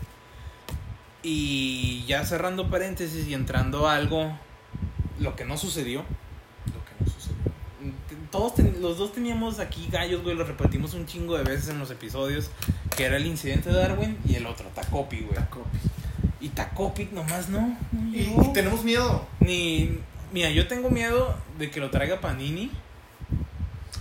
S2: Y ya cerrando paréntesis y entrando a algo, lo que no sucedió.
S1: Lo que no sucedió.
S2: Todos ten- los dos teníamos aquí gallos, güey, lo repetimos un chingo de veces en los episodios, que era el incidente de Darwin y el otro, Tacopi, güey. Y Tacopi nomás no. no
S1: Y,
S2: llegó.
S1: y tenemos miedo.
S2: Ni... Mira, yo tengo miedo de que lo traiga Panini.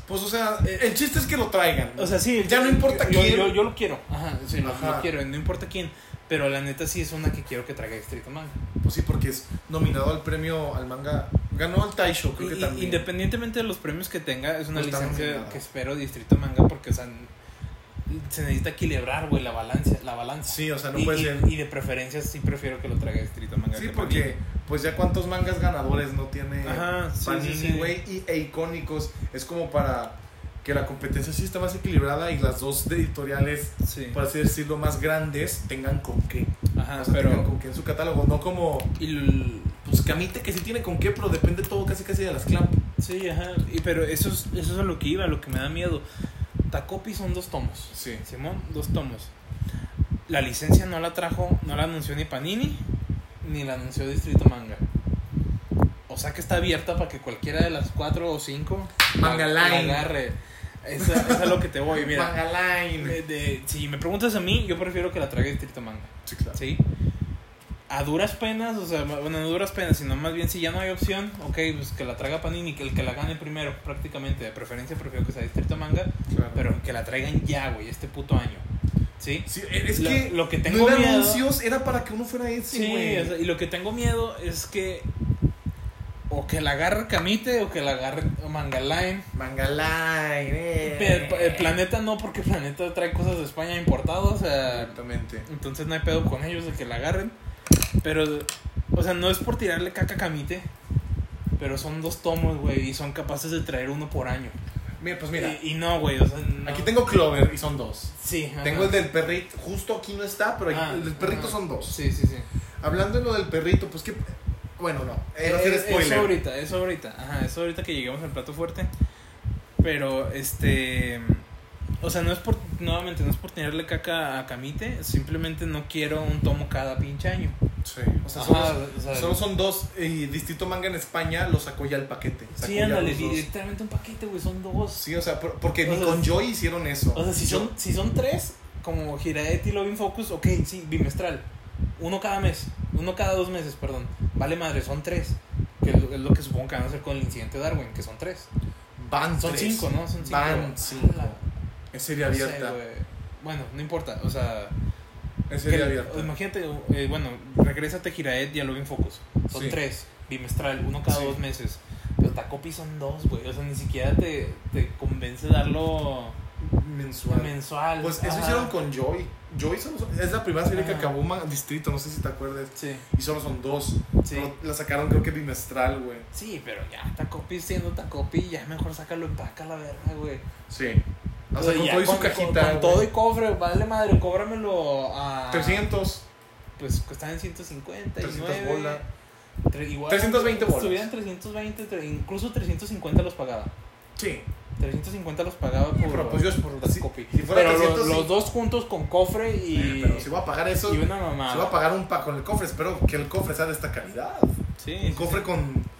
S1: Pues, o sea, el chiste es que lo traigan.
S2: O sea, sí.
S1: Ya no importa
S2: yo,
S1: quién.
S2: Yo, yo lo quiero. Ajá, sí, lo- Lo,
S1: Ajá.
S2: quiero, no importa quién. Pero la neta sí es una que quiero que traiga Street Manga.
S1: pues sí, porque es nominado al premio al manga. Ganó al Taisho, creo que
S2: Y- y-
S1: también.
S2: Independientemente de los premios que tenga, es una
S1: Pues está
S2: licencia
S1: nominada.
S2: que espero Distrito Manga porque, o sea, se necesita equilibrar, güey, la balanza. La balanza.
S1: Sí, o sea, no
S2: y,
S1: puede
S2: y-
S1: ser.
S2: Y de preferencia sí prefiero que lo traiga Distrito Manga.
S1: Sí,
S2: que
S1: porque pues ya cuántos mangas ganadores no tiene
S2: Ajá, sí, sí,
S1: Panini,
S2: sí.
S1: güey, y, e icónicos. Es como para que la competencia sí está más equilibrada y las dos editoriales,
S2: Panini. Sí.
S1: por así decirlo, más grandes tengan con qué.
S2: Ajá,
S1: O sea, tengan
S2: pero.
S1: con qué en su catálogo, no como...
S2: y l-
S1: Pues Camite que sí tiene con qué, pero depende todo casi casi de las clamp.
S2: sí, ajá. Y, pero eso es, eso es a lo que iba, a lo que me da miedo. Tacopi son dos tomos.
S1: Sí.
S2: Simón, dos tomos. La licencia no la trajo, no la anunció ni Panini, ni la anunció Distrito Manga. O sea que está abierta para que cualquiera de las cuatro o cinco
S1: Manga
S2: la- la
S1: Line.
S2: agarre. Esa, esa es lo que te voy, mira.
S1: Manga Line.
S2: De- de- si me preguntas a mí, yo prefiero que la traiga Distrito Manga.
S1: Sí, claro.
S2: ¿Sí? A duras penas, o sea, bueno, no a duras penas, sino más bien si ya no hay opción, ok, pues que la traiga Panini, que el que la gane primero, prácticamente. De preferencia prefiero que sea Distrito Manga,
S1: claro.
S2: pero que la traigan ya, güey, este puto año. ¿Sí?
S1: Sí, e, es
S2: Lo-
S1: que
S2: lo que
S1: no
S2: tengo
S1: era
S2: miedo-
S1: anuncios, era para que uno fuera ese,
S2: Sí,
S1: güey.
S2: o sea, y lo que tengo miedo es que o que la agarre Camite o que la agarre Mangaline.
S1: Manga Line, eh.
S2: Pero el planeta no, porque planeta trae cosas de España importadas, o sea,
S1: Exactamente.
S2: entonces no hay pedo con ellos de que la agarren. Pero, o sea, no es por tirarle caca a Camite, pero son dos tomos, güey, y son capaces de traer uno por año.
S1: Mira, pues mira,
S2: y, y no, güey, o sea, no.
S1: aquí tengo Clover y son dos.
S2: Sí, ajá.
S1: Tengo el del perrito, justo aquí no está, pero aquí-
S2: Ah,
S1: el del perrito
S2: ajá.
S1: son dos.
S2: Sí, sí, sí.
S1: Hablando de lo del perrito, pues que. Bueno, no. Era hacer
S2: Es-
S1: spoiler.
S2: Eh, Eso ahorita, eso ahorita. Ajá, eso ahorita que lleguemos al plato fuerte. Pero, este. O sea, no es por. Nuevamente, no es por tenerle caca a Camite. Simplemente no quiero un tomo cada pinche año.
S1: Sí. O sea,
S2: Ajá,
S1: solo,
S2: o sea,
S1: solo son dos. Y Distrito Manga en España lo sacó ya el paquete. Sacó
S2: Sí,
S1: ya
S2: ándale,
S1: los dos.
S2: directamente un paquete, güey. Son dos.
S1: Sí, o sea, por- porque
S2: O
S1: ni
S2: sea,
S1: con Joy hicieron eso.
S2: O sea, si
S1: Yo-
S2: son, si son tres, como Giraeti, Loving Focus, ok, sí, bimestral. Uno cada mes, uno cada dos meses, perdón. Vale madre, son tres. Que es lo- es lo que supongo que van a hacer con el incidente Darwin, que son tres.
S1: Van
S2: Son
S1: tres.
S2: cinco, ¿no? Son cinco.
S1: Van cinco.
S2: Ala.
S1: Es serie
S2: No sé,
S1: abierta.
S2: güey. bueno, no importa, o sea,
S1: es serie
S2: que-
S1: abierta.
S2: imagínate, eh, bueno, regrésate Giraed y a Loving Focus. Son
S1: Sí.
S2: tres, bimestral, uno cada
S1: Sí.
S2: dos meses. Pero Tacopi son dos, güey. O sea, ni siquiera te, te convence darlo
S1: Mensual.
S2: mensual.
S1: Pues eso
S2: Ajá.
S1: hicieron con Joy. Joy solo son- es la primera serie que
S2: Ajá.
S1: acabó Ma- Distrito, no sé si te acuerdas.
S2: Sí,
S1: Y solo son dos.
S2: sí.
S1: Pero La sacaron creo que bimestral, güey.
S2: Sí, pero ya, Tacopi siendo Tacopi, ya mejor sácalo en paca la verga, güey.
S1: Sí. O sea, Pues
S2: Pero
S1: con
S2: ya
S1: todo y su
S2: con- con-
S1: cajita.
S2: Con,
S1: güey.
S2: todo y cofre, vale madre, cóbramelo a.
S1: 300.
S2: Pues cuestaban 150,
S1: 300 bola.
S2: Tre- igual,
S1: 320 bolas.
S2: Estuvieran 320, tre- incluso 350 los pagaba.
S1: Sí.
S2: 350 los pagaba por,
S1: Pero pues yo es por-
S2: las
S1: si-
S2: copy.
S1: si fuera
S2: pero lo-
S1: 300, sí. Eh,
S2: los dos juntos con cofre y,
S1: Pero si voy a pagar eso,
S2: y
S1: si
S2: una mamá.
S1: voy a pagar un pack con el cofre. Espero que el cofre sea de esta calidad.
S2: Sí,
S1: Un
S2: sí,
S1: cofre
S2: sí.
S1: con.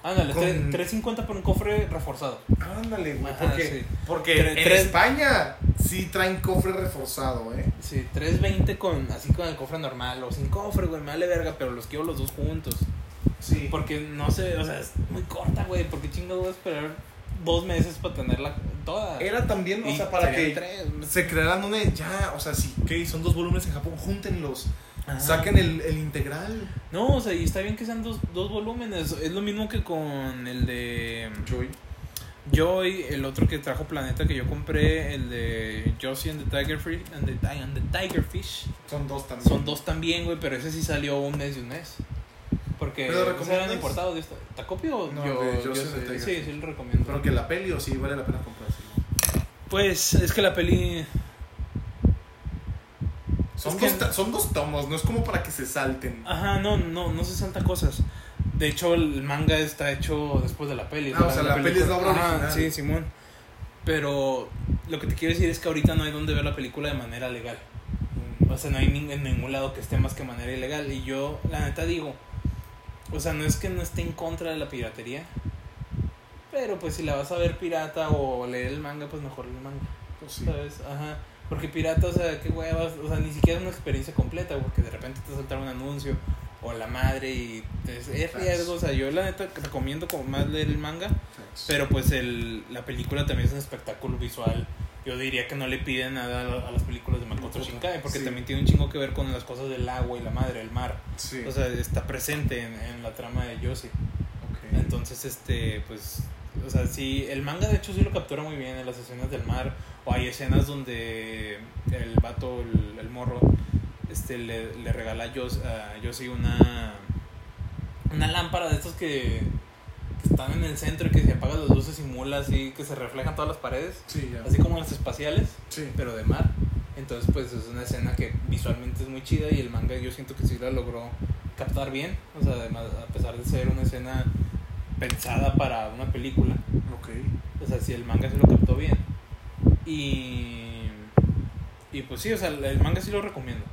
S2: Ándale,
S1: con-
S2: tre- 350 por un cofre reforzado.
S1: Ándale, güey.
S2: Ajá,
S1: Porque,
S2: sí.
S1: porque
S2: Tre-
S1: en
S2: tres-
S1: España sí traen cofre reforzado, ¿eh?
S2: Sí, 320 con así con el cofre normal o sin cofre, güey, me vale verga, pero los quiero los dos juntos.
S1: Sí.
S2: Porque no sé, o sea, es muy corta, güey, porque chingados voy a esperar dos meses para tenerla toda.
S1: Era también, o
S2: Y
S1: sea, para
S2: serían
S1: que.
S2: tres.
S1: Se crearán una. Ya, o sea, sí. Ok, son dos volúmenes en Japón. Júntenlos.
S2: Ajá.
S1: Saquen el, el integral.
S2: No, o sea, y está bien que sean dos, dos volúmenes. Es lo mismo que con el de
S1: Joy.
S2: Joy, el otro que trajo Planeta que yo compré, el de Josie and the Tiger Fish. And the, Ti- and the Tiger Fish.
S1: Son dos también.
S2: Son dos también, güey, pero ese sí salió un mes y un mes. Porque
S1: ¿Pero lo
S2: se eran
S1: recomiendas?
S2: importados de esta. ¿Tacopi o
S1: No,
S2: yo?
S1: de
S2: yo
S1: Josie and
S2: sé-
S1: the Tiger
S2: sí,
S1: Fish.
S2: sí, lo recomiendo.
S1: Pero que la peli o sí vale la pena comprarse.
S2: Pues es que la peli.
S1: Son,
S2: Es que- Ah.
S1: dos, ta- son dos tomos, no es como para que se salten.
S2: Ajá, no, no, no se salta cosas. De hecho, el manga está hecho después de la peli.
S1: Ah, o sea, la peli es la obra
S2: Ajá,
S1: original.
S2: Sí, Simón. Pero lo que te quiero decir es que ahorita no hay donde ver la película de manera legal.
S1: Mm,
S2: O sea, no hay nin- en ningún lado que esté más que manera ilegal. Y yo, la neta, digo, o sea, no es que no esté en contra de la piratería. Pero pues si la vas a ver pirata o leer el manga, pues mejor el manga.
S1: Pues sí.
S2: ¿Sabes? Ajá. Porque pirata, o sea, qué huevas. O sea, ni siquiera es una experiencia completa, porque de repente te saltaron un anuncio o la madre y te- es, es riesgo. O sea, yo la neta recomiendo como más leer el manga, pero pues el, la película también es un espectáculo visual. Yo diría que no le piden nada a, a las películas de Makoto Shinkai, porque
S1: Sí.
S2: también tiene un chingo que ver con las cosas del agua y la madre, el mar.
S1: Sí.
S2: O sea, está presente en, en la trama de Yoshi.
S1: ok.
S2: Entonces, este, pues, O sea, sí, el manga de hecho sí lo captura muy bien en las escenas del mar. O hay escenas donde el vato, el, el morro, este, le, le regala a Yos- a Yossi una, una lámpara de estos que, que están en el centro y que si apagas las luces simula así, que se reflejan todas las paredes.
S1: Sí, ya.
S2: Así como las espaciales
S1: Sí.
S2: pero de mar. Entonces, pues es una escena que visualmente es muy chida y el manga yo siento que sí la logró captar bien. O sea, además, a pesar de ser una escena pensada para una película,
S1: Ok.
S2: o sea, sí el manga sí lo captó bien. Y. Y pues sí, o sea, el- el manga sí lo recomiendo.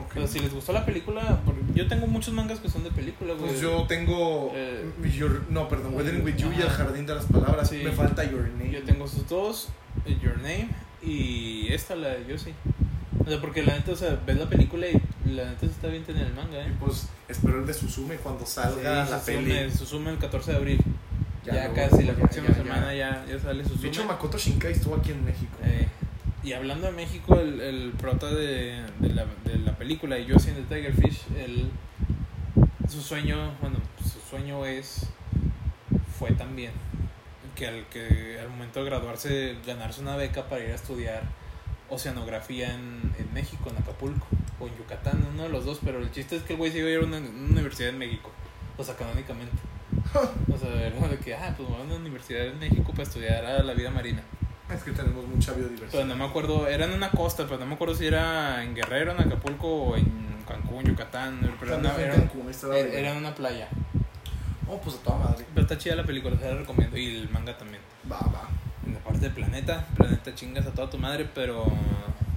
S1: ok.
S2: Pero si les gustó la película, porque yo tengo muchos mangas que son de película, güey.
S1: Pues yo tengo.
S2: eh,
S1: your- no, perdón, Weathering with You y El
S2: ah,
S1: Jardín de las Palabras.
S2: sí.
S1: Me falta Your Name.
S2: Yo tengo sus dos, eh, Your Name y esta, la de Yossi. O sea, porque la neta, o sea, ves la película y la neta se está bien tener el manga,
S1: Y
S2: ¿eh?
S1: pues espero el de Susume cuando salga la peli.
S2: Susume, Susume el 14 de abril. Ya,
S1: luego,
S2: casi, la
S1: ya,
S2: próxima
S1: ya, ya.
S2: semana ya, ya sale Susume.
S1: De hecho, Makoto Shinkai estuvo aquí en México.
S2: Eh, y hablando de México, el, el prota de, de la, de la película de Yossi and the Tiger Fish, él, su sueño, bueno, su sueño es, fue también, que al, que al momento de graduarse, ganarse una beca para ir a estudiar oceanografía en, en México, en Acapulco, o en Yucatán, uno de los dos, pero el chiste es que el güey se iba a ir a una, una universidad en México, o sea, canónicamente. O sea, era de que, ah, pues voy a una universidad en México para estudiar a la vida marina.
S1: Es que tenemos mucha
S2: Pero
S1: biodiversidad.
S2: no me acuerdo, era en una costa, pero no me acuerdo si era en Guerrero, en Acapulco o en Cancún, Yucatán, pero
S1: Cuando
S2: era,
S1: fue en
S2: era-
S1: Cancún, ahí estaba
S2: era-
S1: de-
S2: era en una playa.
S1: Oh, pues a toda madre.
S2: Pero está chida la película, se la recomiendo, y el manga también.
S1: Va, va.
S2: En la parte de Planeta, Planeta chingas a toda tu madre, pero...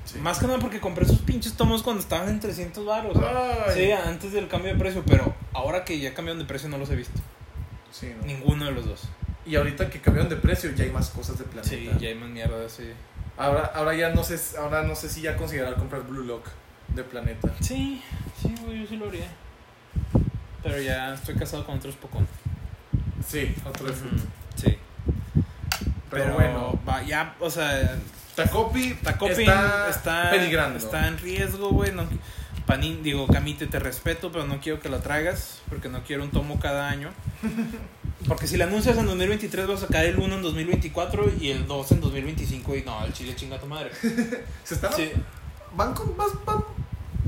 S1: Sí.
S2: Más que nada porque compré esos pinches tomos cuando estaban en 300 baros.
S1: Ay.
S2: Sí, antes del cambio de precio, pero ahora que ya cambiaron de precio no los he visto.
S1: Sí, ¿no?
S2: Ninguno de los dos.
S1: Y ahorita que cambiaron de precio, ya hay más cosas de planeta.
S2: Sí, ya hay más mierda, sí.
S1: Ahora, ahora ya no sé, ahora no sé si ya considerar comprar Blue Lock de planeta.
S2: Sí, sí, güey, yo sí lo haría. Pero ya estoy casado con otros Pokémon.
S1: Sí, otro de fútbol.
S2: Ujú, Sí.
S1: Pero, bueno,
S2: va, ya, o sea,
S1: Takopi,
S2: Tacopi
S1: está,
S2: está,
S1: peligrando.
S2: está en riesgo, güey. No, qui- Panin, digo, Camite, te respeto, pero no quiero que la traigas, porque no quiero un tomo cada año. Porque si la anuncias en 2023, vas a sacar el 1 en 2024 y el 2 en 2025. Y no, el chile chinga tu madre.
S1: Se están,
S2: Sí,
S1: van con, vas- van-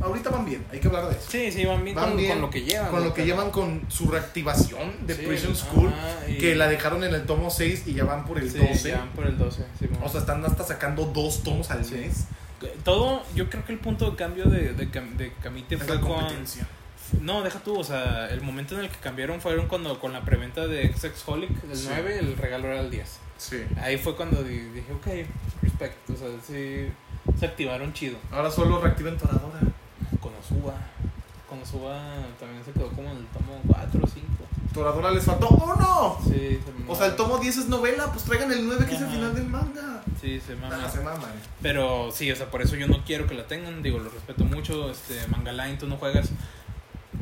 S1: ahorita van bien, hay que hablar de eso.
S2: sí, sí, van bien,
S1: Van
S2: con,
S1: bien
S2: con lo que llevan.
S1: Con
S2: güey,
S1: lo que
S2: pero-
S1: llevan con su reactivación de
S2: Ah, Sí,
S1: Prison
S2: ajá,
S1: School,
S2: y-
S1: que la dejaron en el tomo 6 y ya van por el
S2: sí,
S1: 12.
S2: ya van por el 12. sí,
S1: O sea, están hasta sacando dos tomos al
S2: Sí.
S1: mes.
S2: todo, yo creo que el punto de cambio de, de, Cam- de Camite
S1: Es la
S2: fue con.
S1: competencia.
S2: No, deja tú, o sea, el momento en el que cambiaron fueron cuando con la preventa de Sexholic, el
S1: Sí.
S2: 9, el regalo era el 10.
S1: Sí.
S2: Ahí fue cuando di- dije, ok, respect, o sea, sí, se activaron chido.
S1: Ahora solo reactiven Toradora.
S2: Con Osuba, con Osuba también se quedó como en el tomo 4 o 5.
S1: Toradora les faltó uno.
S2: Sí, se
S1: O
S2: mamaron.
S1: sea, el tomo 10 es novela, pues traigan el 9 que es el
S2: Ajá.
S1: final del manga.
S2: Sí, se mama.
S1: Nah, se eh. maman.
S2: Pero sí, o sea, por eso yo no quiero que la tengan, digo, lo respeto mucho, este, Manga Line, tú no juegas.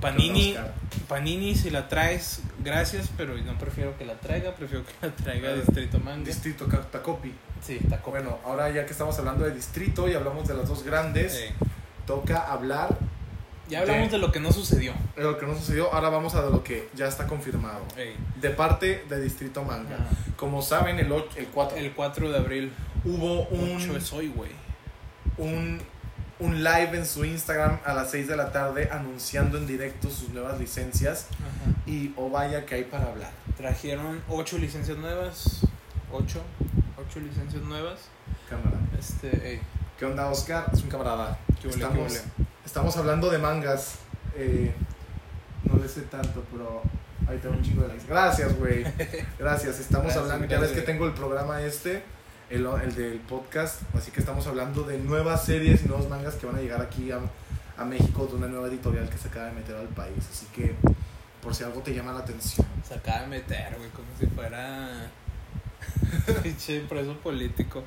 S2: Panini,
S1: Oscar.
S2: Panini, si la traes, gracias, pero no prefiero que la traiga, prefiero que la traiga
S1: Ah,
S2: Distrito Manga.
S1: Distrito Cactacopi.
S2: Sí, está como
S1: Bueno, ahora ya que estamos hablando de distrito y hablamos de las dos grandes,
S2: Eh,
S1: toca hablar
S2: ya hablamos de lo que no sucedió.
S1: de lo que no sucedió. Ahora vamos a lo que ya está confirmado.
S2: Eh,
S1: De parte de Distrito Manga. Como saben, el, och- el 4
S2: el 4 de abril.
S1: hubo
S2: Mucho
S1: un,
S2: es hoy, güey.
S1: un, un live en su Instagram a las 6 de la tarde anunciando en directo sus nuevas licencias.
S2: Ajá.
S1: Y oh vaya que hay para hablar.
S2: Trajeron 8 licencias nuevas. 8. 8 licencias nuevas.
S1: Cámara.
S2: Este, eh,
S1: ¿Qué onda, Oscar? Es un camarada.
S2: qué huele, qué
S1: Estamos-
S2: huele.
S1: Estamos hablando de mangas. Eh, no le sé tanto, pero ahí tengo un chingo de likes. Gracias, güey. Gracias. Estamos
S2: Gracias,
S1: hablando. Ya ves
S2: gracias.
S1: que tengo el programa este, el, el del podcast. Así que estamos hablando de nuevas series y nuevos mangas que van a llegar aquí a, a México de una nueva editorial que se acaba de meter al país. Así que, por si algo te llama la atención.
S2: Se acaba de meter, güey, como si fuera. Pinche preso político.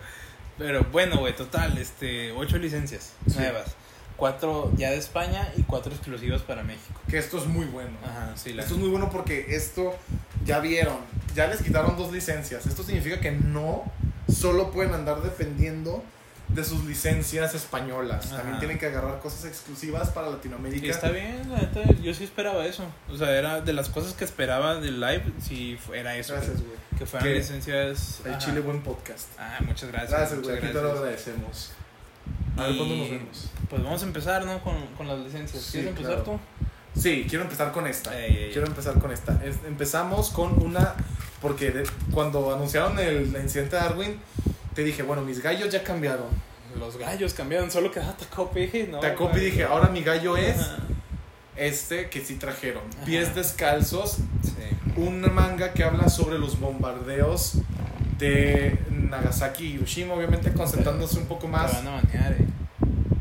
S2: Pero bueno, güey, total, este, 8 licencias
S1: Sí.
S2: nuevas. 4 ya de España y 4 exclusivas para México.
S1: Que esto es muy bueno.
S2: Ajá, sí, la.
S1: Esto es muy bueno porque esto ya vieron, ya les quitaron dos licencias. Esto significa que no solo pueden andar dependiendo de sus licencias españolas. También
S2: Ajá.
S1: tienen que agarrar cosas exclusivas para
S2: Y
S1: Latinoamérica.
S2: está bien, la neta, yo sí esperaba eso. O sea, era de las cosas que esperaba del live, sí fu- era eso.
S1: Gracias,
S2: que-
S1: güey.
S2: Que fueran
S1: Que-
S2: licencias.
S1: El
S2: ajá.
S1: Chile Buen Podcast.
S2: Ah, muchas gracias.
S1: Gracias,
S2: muchas
S1: güey. Aquí te lo agradecemos. A ver
S2: Y-
S1: cuándo nos vemos.
S2: Pues vamos a empezar, ¿no? Con, con las licencias.
S1: Sí,
S2: ¿Quieres empezar
S1: claro.
S2: tú?
S1: Sí, quiero empezar con esta.
S2: Ey, ey, ey.
S1: Quiero empezar con esta. Es- empezamos con una. Porque de- cuando anunciaron el, el incidente de Darwin, te dije, bueno, mis gallos ya cambiaron.
S2: Los gallos cambiaron, solo quedaba Tacopi. Dije, no.
S1: te acopio y
S2: güey.
S1: dije, ahora mi gallo es
S2: Ajá.
S1: este que sí trajeron.
S2: Ajá.
S1: Pies descalzos,
S2: Sí.
S1: una manga que habla sobre los bombardeos de Nagasaki y Hiroshima, obviamente concentrándose un poco
S2: Te
S1: más
S2: van a banear, eh.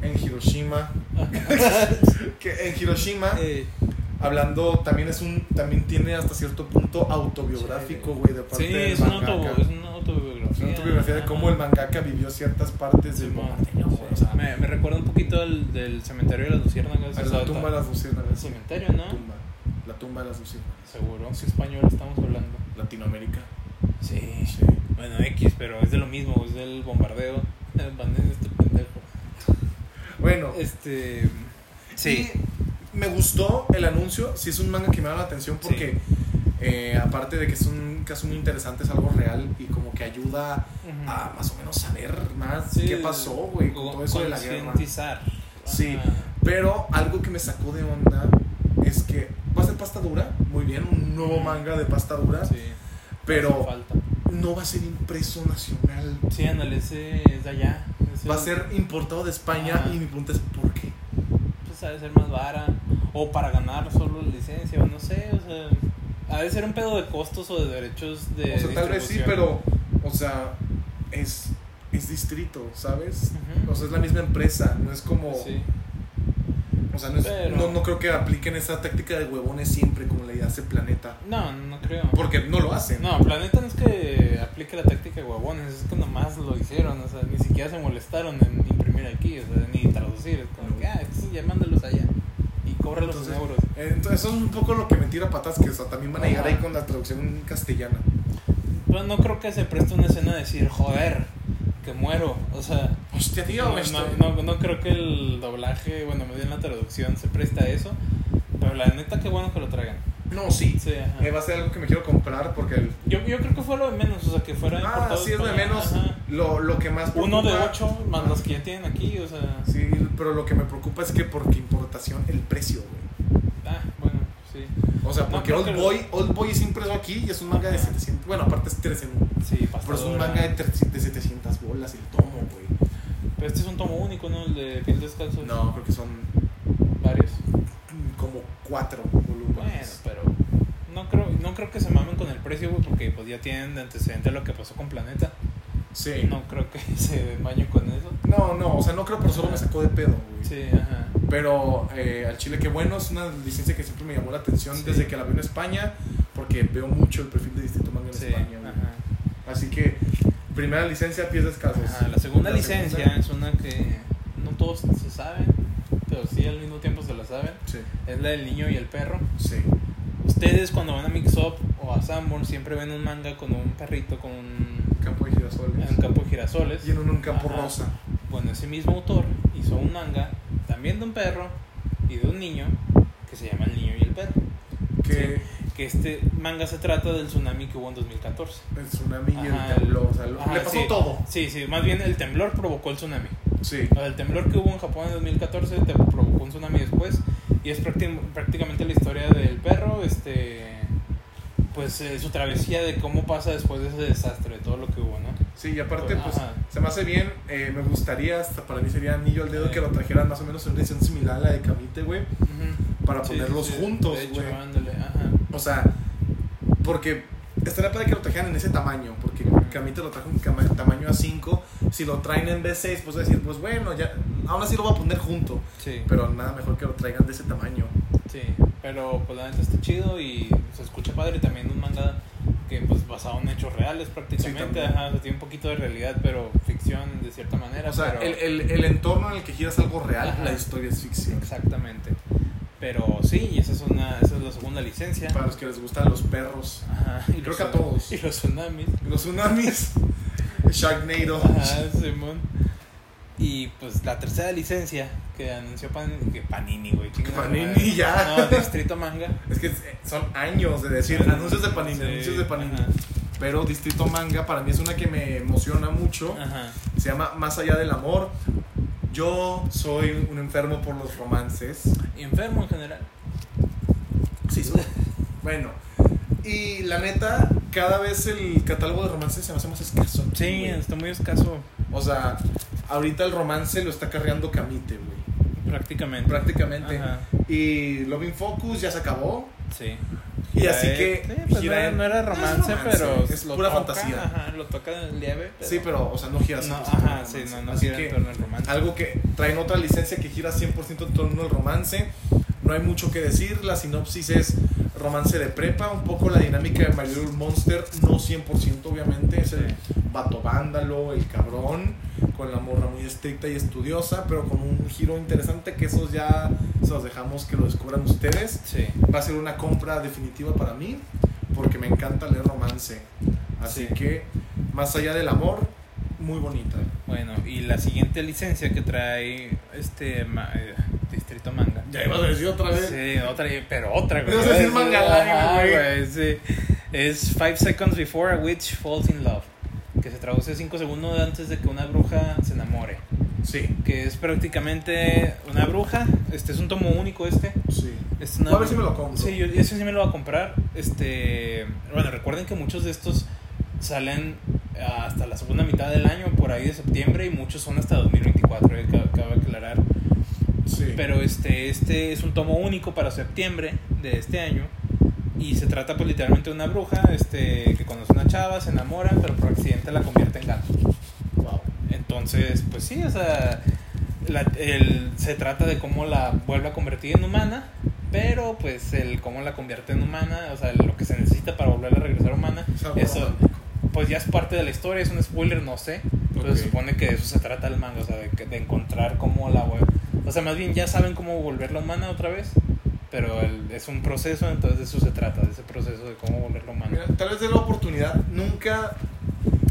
S1: en Hiroshima. que en Hiroshima,
S2: Eh,
S1: hablando, también es un también tiene hasta cierto punto autobiográfico, güey, de parte
S2: sí,
S1: del
S2: es una,
S1: mangaka.
S2: autobi- es una autobiografía.
S1: Es una autobiografía de cómo el mangaka vivió ciertas partes del
S2: Simón,
S1: bombardeo,
S2: sí.
S1: güey, o sea,
S2: me, me recuerda un poquito al del cementerio de las luciérnagas. o sea,
S1: la tumba de las
S2: El
S1: luciérnagas.
S2: cementerio,
S1: La
S2: ¿no?
S1: tumba, la tumba de las luciérnagas.
S2: Seguro, si español estamos hablando.
S1: Latinoamérica.
S2: Sí. Bueno, X, pero es de lo mismo, es del bombardeo. Eh, Banderas de este pendejo.
S1: Bueno,
S2: Este.
S1: Eh, Y me gustó el anuncio. Sí, es un manga que me llama la atención porque, eh, aparte de que es un caso muy interesante, es algo real y como que ayuda
S2: Ujú.
S1: a más o menos saber más
S2: Mm. Sí,
S1: Ah, qué pasó, güey, con todo eso de la guerra.
S2: concientizar.
S1: Sí.
S2: Ajá.
S1: Pero algo que me sacó de onda es que va a ser pasta dura, muy bien, un nuevo manga de pasta dura,
S2: Mm. Sí. Hace
S1: pero
S2: Falta.
S1: no va a ser impreso nacional.
S2: Sí, ándale, ese es de allá. Ese
S1: Va a ser importado de España
S2: Ajá.
S1: y mi pregunta es ¿por qué?
S2: Pues ha de ser más vara. O para ganar solo licencia, o no sé, o sea. Ha de ser un pedo de costos o de derechos de.
S1: O sea, tal vez sí,
S2: este, distribución.
S1: pero, o sea, es, es distrito, ¿sabes?
S2: Ujú.
S1: O sea, es la misma empresa, no es como...
S2: Sí.
S1: O sea, no, es-
S2: Pero-
S1: no, no creo que apliquen esa táctica de huevones siempre como la idea hace Planeta.
S2: No, no creo.
S1: Porque no lo hacen.
S2: No, Planeta no es que aplique la táctica de huevones, es que nomás lo hicieron, o sea, ni siquiera se molestaron en imprimir aquí, o sea, ni traducir, es como que, ah, estos ya mándalos allá y cóbralos los
S1: Entonces-
S2: euros.
S1: Eh, Entonces, eso es un poco lo que me tira patas, que o sea, también van a llegar
S2: Ajá.
S1: ahí con la traducción castellana.
S2: Pero no creo que se preste una escena de decir, joder, que muero, o sea,
S1: Hostia, tío,
S2: no,
S1: este-
S2: no, no- no creo que el doblaje, bueno, me bien la traducción se presta a eso, pero la neta, qué bueno que lo traigan.
S1: No, sí.
S2: Sí, ajá.
S1: Eh, va a ser algo que me quiero comprar porque... el-
S2: Yo, yo creo que fue lo de menos, o sea, que fuera
S1: Ah,
S2: importado
S1: sí, es lo de
S2: España,
S1: menos.
S2: ajá.
S1: Lo, lo que más...
S2: Uno de
S1: preocupa-
S2: ocho, más los que ya tienen aquí, o sea...
S1: Sí, pero lo que me preocupa es que porque importación, el precio, güey.
S2: Ah, bueno, sí.
S1: O sea,
S2: No,
S1: porque
S2: creo
S1: Old
S2: que lo-
S1: Boy, Old Boy es impreso aquí y es un manga de
S2: Ajá.
S1: 700. Bueno, aparte es 3 en 1.
S2: Sí,
S1: Pero es un
S2: Pastadora.
S1: manga de, tre- de 700 bolas el tomo, güey.
S2: Pero este es un tomo único, ¿no? El de piel descalzo.
S1: No, creo que son
S2: Varios.
S1: como 4
S2: Bueno,
S1: volúmenes.
S2: pero. No creo, no creo que se mamen con el precio, güey, porque pues ya tienen de antecedente lo que pasó con Planeta.
S1: sí. No.
S2: No creo que se bañen con eso.
S1: no, o sea, no creo por solo me sacó de pedo, güey.
S2: Sí, ajá.
S1: Pero eh, al chile, que bueno, es una licencia que siempre me llamó la atención
S2: Sí.
S1: desde que la veo en España, porque veo mucho el perfil de Distrito Manga en
S2: Sí,
S1: España, güey.
S2: ajá.
S1: Así que, primera licencia, pies descalzos.
S2: Ajá, La segunda
S1: Pues, La
S2: licencia
S1: segunda-
S2: es una que no todos se saben, pero sí al mismo tiempo se la saben.
S1: Sí,
S2: Es la del niño y el perro.
S1: sí.
S2: Ustedes cuando van a Mix Up o a Sanborn siempre ven un manga con un perrito con un,
S1: Campo de girasoles.
S2: un campo de girasoles.
S1: Y en uno un campo
S2: Ajá.
S1: rosa.
S2: Bueno, ese mismo autor hizo un manga también de un perro y de un niño que se llama El niño y el perro.
S1: Que
S2: Que este manga se trata del tsunami que hubo en 2014.
S1: el tsunami y
S2: Ajá,
S1: el temblor. O sea, lo-
S2: ajá,
S1: le pasó
S2: sí.
S1: todo.
S2: Sí, sí, más bien el temblor provocó el tsunami.
S1: Sí.
S2: O sea, El temblor que hubo en Japón en 2014 te provocó un tsunami después. Y es prácti- prácticamente la historia del perro, este. Pues eh, su travesía de cómo pasa después de ese desastre, de todo lo que hubo, ¿no?
S1: Sí, y aparte, pues,
S2: Ajá.
S1: se me hace bien. eh, me gustaría, hasta para mí sería anillo al dedo que lo trajeran más o menos en una edición similar a la de Camite, güey.
S2: Ujú.
S1: Para ponerlos juntos,
S2: de hecho,
S1: güey.
S2: ándale, ajá.
S1: O sea, porque estaría padre que lo trajeran en ese tamaño. Porque Camite lo trajo en cama- tamaño A5. Si lo traen en B6, pues voy a decir, pues bueno, ya. Aún así lo voy a poner junto.
S2: Sí.
S1: Pero nada mejor que lo traigan de ese tamaño.
S2: Sí, pero pues la neta está chido y se escucha padre también un manga que pues basado en hechos reales prácticamente,
S1: también.
S2: ajá, o sea, tiene un poquito de realidad pero ficción de cierta manera.
S1: O sea,
S2: pero-
S1: el, el- el entorno en el que giras algo real,
S2: Ajá.
S1: la historia es ficción.
S2: Exactamente. Pero sí, y esa es, una, esa es la segunda licencia.
S1: Para los que les gustan los perros,
S2: Ajá, y
S1: Creo
S2: los
S1: que a
S2: tsun-
S1: todos.
S2: Y los tsunamis.
S1: los tsunamis, Sharknado.
S2: Ajá, Simón. Y pues la tercera licencia que anunció Pan- que Panini, güey. chinga
S1: Que
S2: su
S1: Panini
S2: madre.
S1: ya.
S2: No, Distrito Manga.
S1: Es que eh, son años de decir anuncios de Panini,
S2: Sí,
S1: anuncios de Panini.
S2: ajá.
S1: Pero Distrito Manga para mí es una que me emociona mucho.
S2: Ajá.
S1: Se llama Más allá del amor. Yo soy un enfermo por los romances.
S2: Y enfermo en general.
S1: Sí, soy. Bueno, y la neta, cada vez el catálogo de romances se me hace más escaso.
S2: Sí,
S1: güey.
S2: está muy escaso
S1: O sea, ahorita el romance lo está carreando Camite, güey.
S2: prácticamente.
S1: Prácticamente.
S2: Ajá.
S1: Y Love in Focus ya se acabó.
S2: Sí.
S1: Y así
S2: Eh,
S1: que.
S2: sí, pues, no,
S1: gira
S2: era-
S1: en-
S2: no era
S1: es
S2: romance, pero.
S1: Es
S2: lo
S1: pura
S2: toca,
S1: fantasía.
S2: Ajá, lo toca en el lieve.
S1: Sí, pero, o sea, no gira
S2: No,
S1: 100%
S2: ajá,
S1: al
S2: sí,
S1: romance.
S2: no, no
S1: Así
S2: gira en
S1: que
S2: torno al romance.
S1: algo que traen otra licencia que gira 100% en torno al romance. No hay mucho que decir. La sinopsis es romance de prepa, un poco la dinámica de My Little Monster, no 100% obviamente, es el
S2: Sí.
S1: vato vándalo, el cabrón, con la morra muy estricta y estudiosa, pero con un giro interesante que esos ya se los dejamos que lo descubran ustedes
S2: Sí.
S1: va a ser una compra definitiva para mí porque me encanta leer romance. Así
S2: Sí.
S1: que, más allá del amor, muy bonita.
S2: Bueno, y la siguiente licencia que trae este ma- eh, Distrito Manga.
S1: Ya ibas a decir otra
S2: Sí, otra, pero otra, güey.
S1: Ibas a decir
S2: Sí,
S1: manga
S2: ajá,
S1: larga,
S2: güey, sí. Es Five Seconds Before a Witch Falls in Love. Que se traduce 5 segundos antes de que una bruja se enamore.
S1: Sí,
S2: Que es prácticamente una bruja. Este es un tomo único este.
S1: sí.
S2: Es una-
S1: A ver si me lo compro.
S2: Sí, yo ese sí me lo voy a comprar. Este, bueno, recuerden que muchos de estos salen eh, hasta la segunda mitad del año, por ahí de septiembre, y muchos son hasta 2024, eh, ca- cabe aclarar.
S1: Sí.
S2: Pero este, este es un tomo único para septiembre de este año. Y se trata pues literalmente de una bruja este, que conoce a una chava, se enamora, pero por accidente la convierte en gato.
S1: Wow.
S2: Entonces, pues sí, o sea, la- el- se trata de cómo la vuelve a convertir en humana, pero pues el cómo la convierte en humana, o sea, lo que se necesita para volverla a regresar humana,
S1: Es algo
S2: eso
S1: romántico.
S2: pues ya es parte de la historia, es un spoiler, no sé, pero
S1: Ok.
S2: se supone que de eso se trata el manga, o sea, de, que- de encontrar cómo la vuelve, o sea, más bien ya saben cómo volverla humana otra vez, pero el- es un proceso, entonces de eso se trata, de ese proceso de cómo volverla humana.
S1: Mira, tal vez de la oportunidad, nunca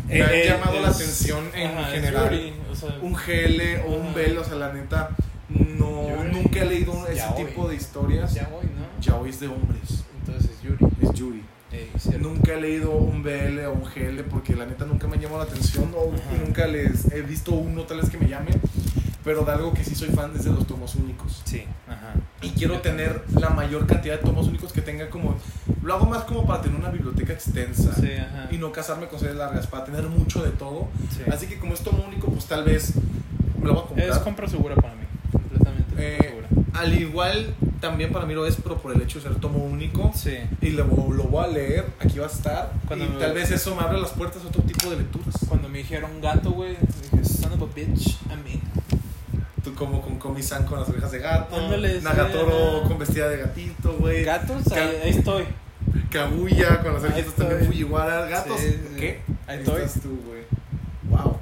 S1: me
S2: Eh,
S1: ha
S2: eh,
S1: llamado la
S2: es-
S1: atención en
S2: ajá, es Yuri,
S1: general.
S2: o sea,
S1: Un GL o un
S2: Ajá.
S1: BL, o sea, la neta, no,
S2: Yuri.
S1: nunca he leído un- ese
S2: Yaoi.
S1: tipo de historias.
S2: ya voy, ¿no?
S1: Ya hoy es de hombres,
S2: Entonces, Yuri.
S1: es Yuri.
S2: Eh, hicieron-
S1: Nunca he leído un BL o un GL porque la neta nunca me llamó la atención o
S2: Ajá.
S1: nunca les he visto uno tal vez que me llame, pero de algo que sí soy fan desde los tomos únicos.
S2: Sí, ajá.
S1: Y quiero
S2: Yo
S1: tener la mayor cantidad de tomos únicos que tenga como... Lo hago más como para tener una biblioteca extensa
S2: Sí, ajá.
S1: y no casarme con series largas, para tener mucho de todo.
S2: Sí.
S1: Así que como es tomo único, pues tal vez me lo voy a comprar.
S2: es compra segura para mí. Completamente compra
S1: Eh,
S2: segura.
S1: Al igual, también para mí lo es, pero por el hecho de ser tomo único.
S2: Sí.
S1: Y lo, lo voy a leer, aquí va a estar.
S2: Cuando
S1: y
S2: me-
S1: tal vez eso me abre las puertas a otro tipo de lecturas.
S2: Cuando me dijeron gato, güey, dije, son of a bitch, a mí.
S1: Tú como con Komi-san con las orejas de gato.
S2: Ándale, sí,
S1: Nagatoro
S2: ajá.
S1: con vestida de gatito, güey.
S2: Gatos, ahí,
S1: Ga-
S2: ahí estoy.
S1: Kaguya con las
S2: Ahí
S1: orejitas también
S2: estoy.
S1: Fujiwara. Gatos.
S2: Sí, sí.
S1: ¿Qué?
S2: Ahí estoy.
S1: estás tú, güey. Wow.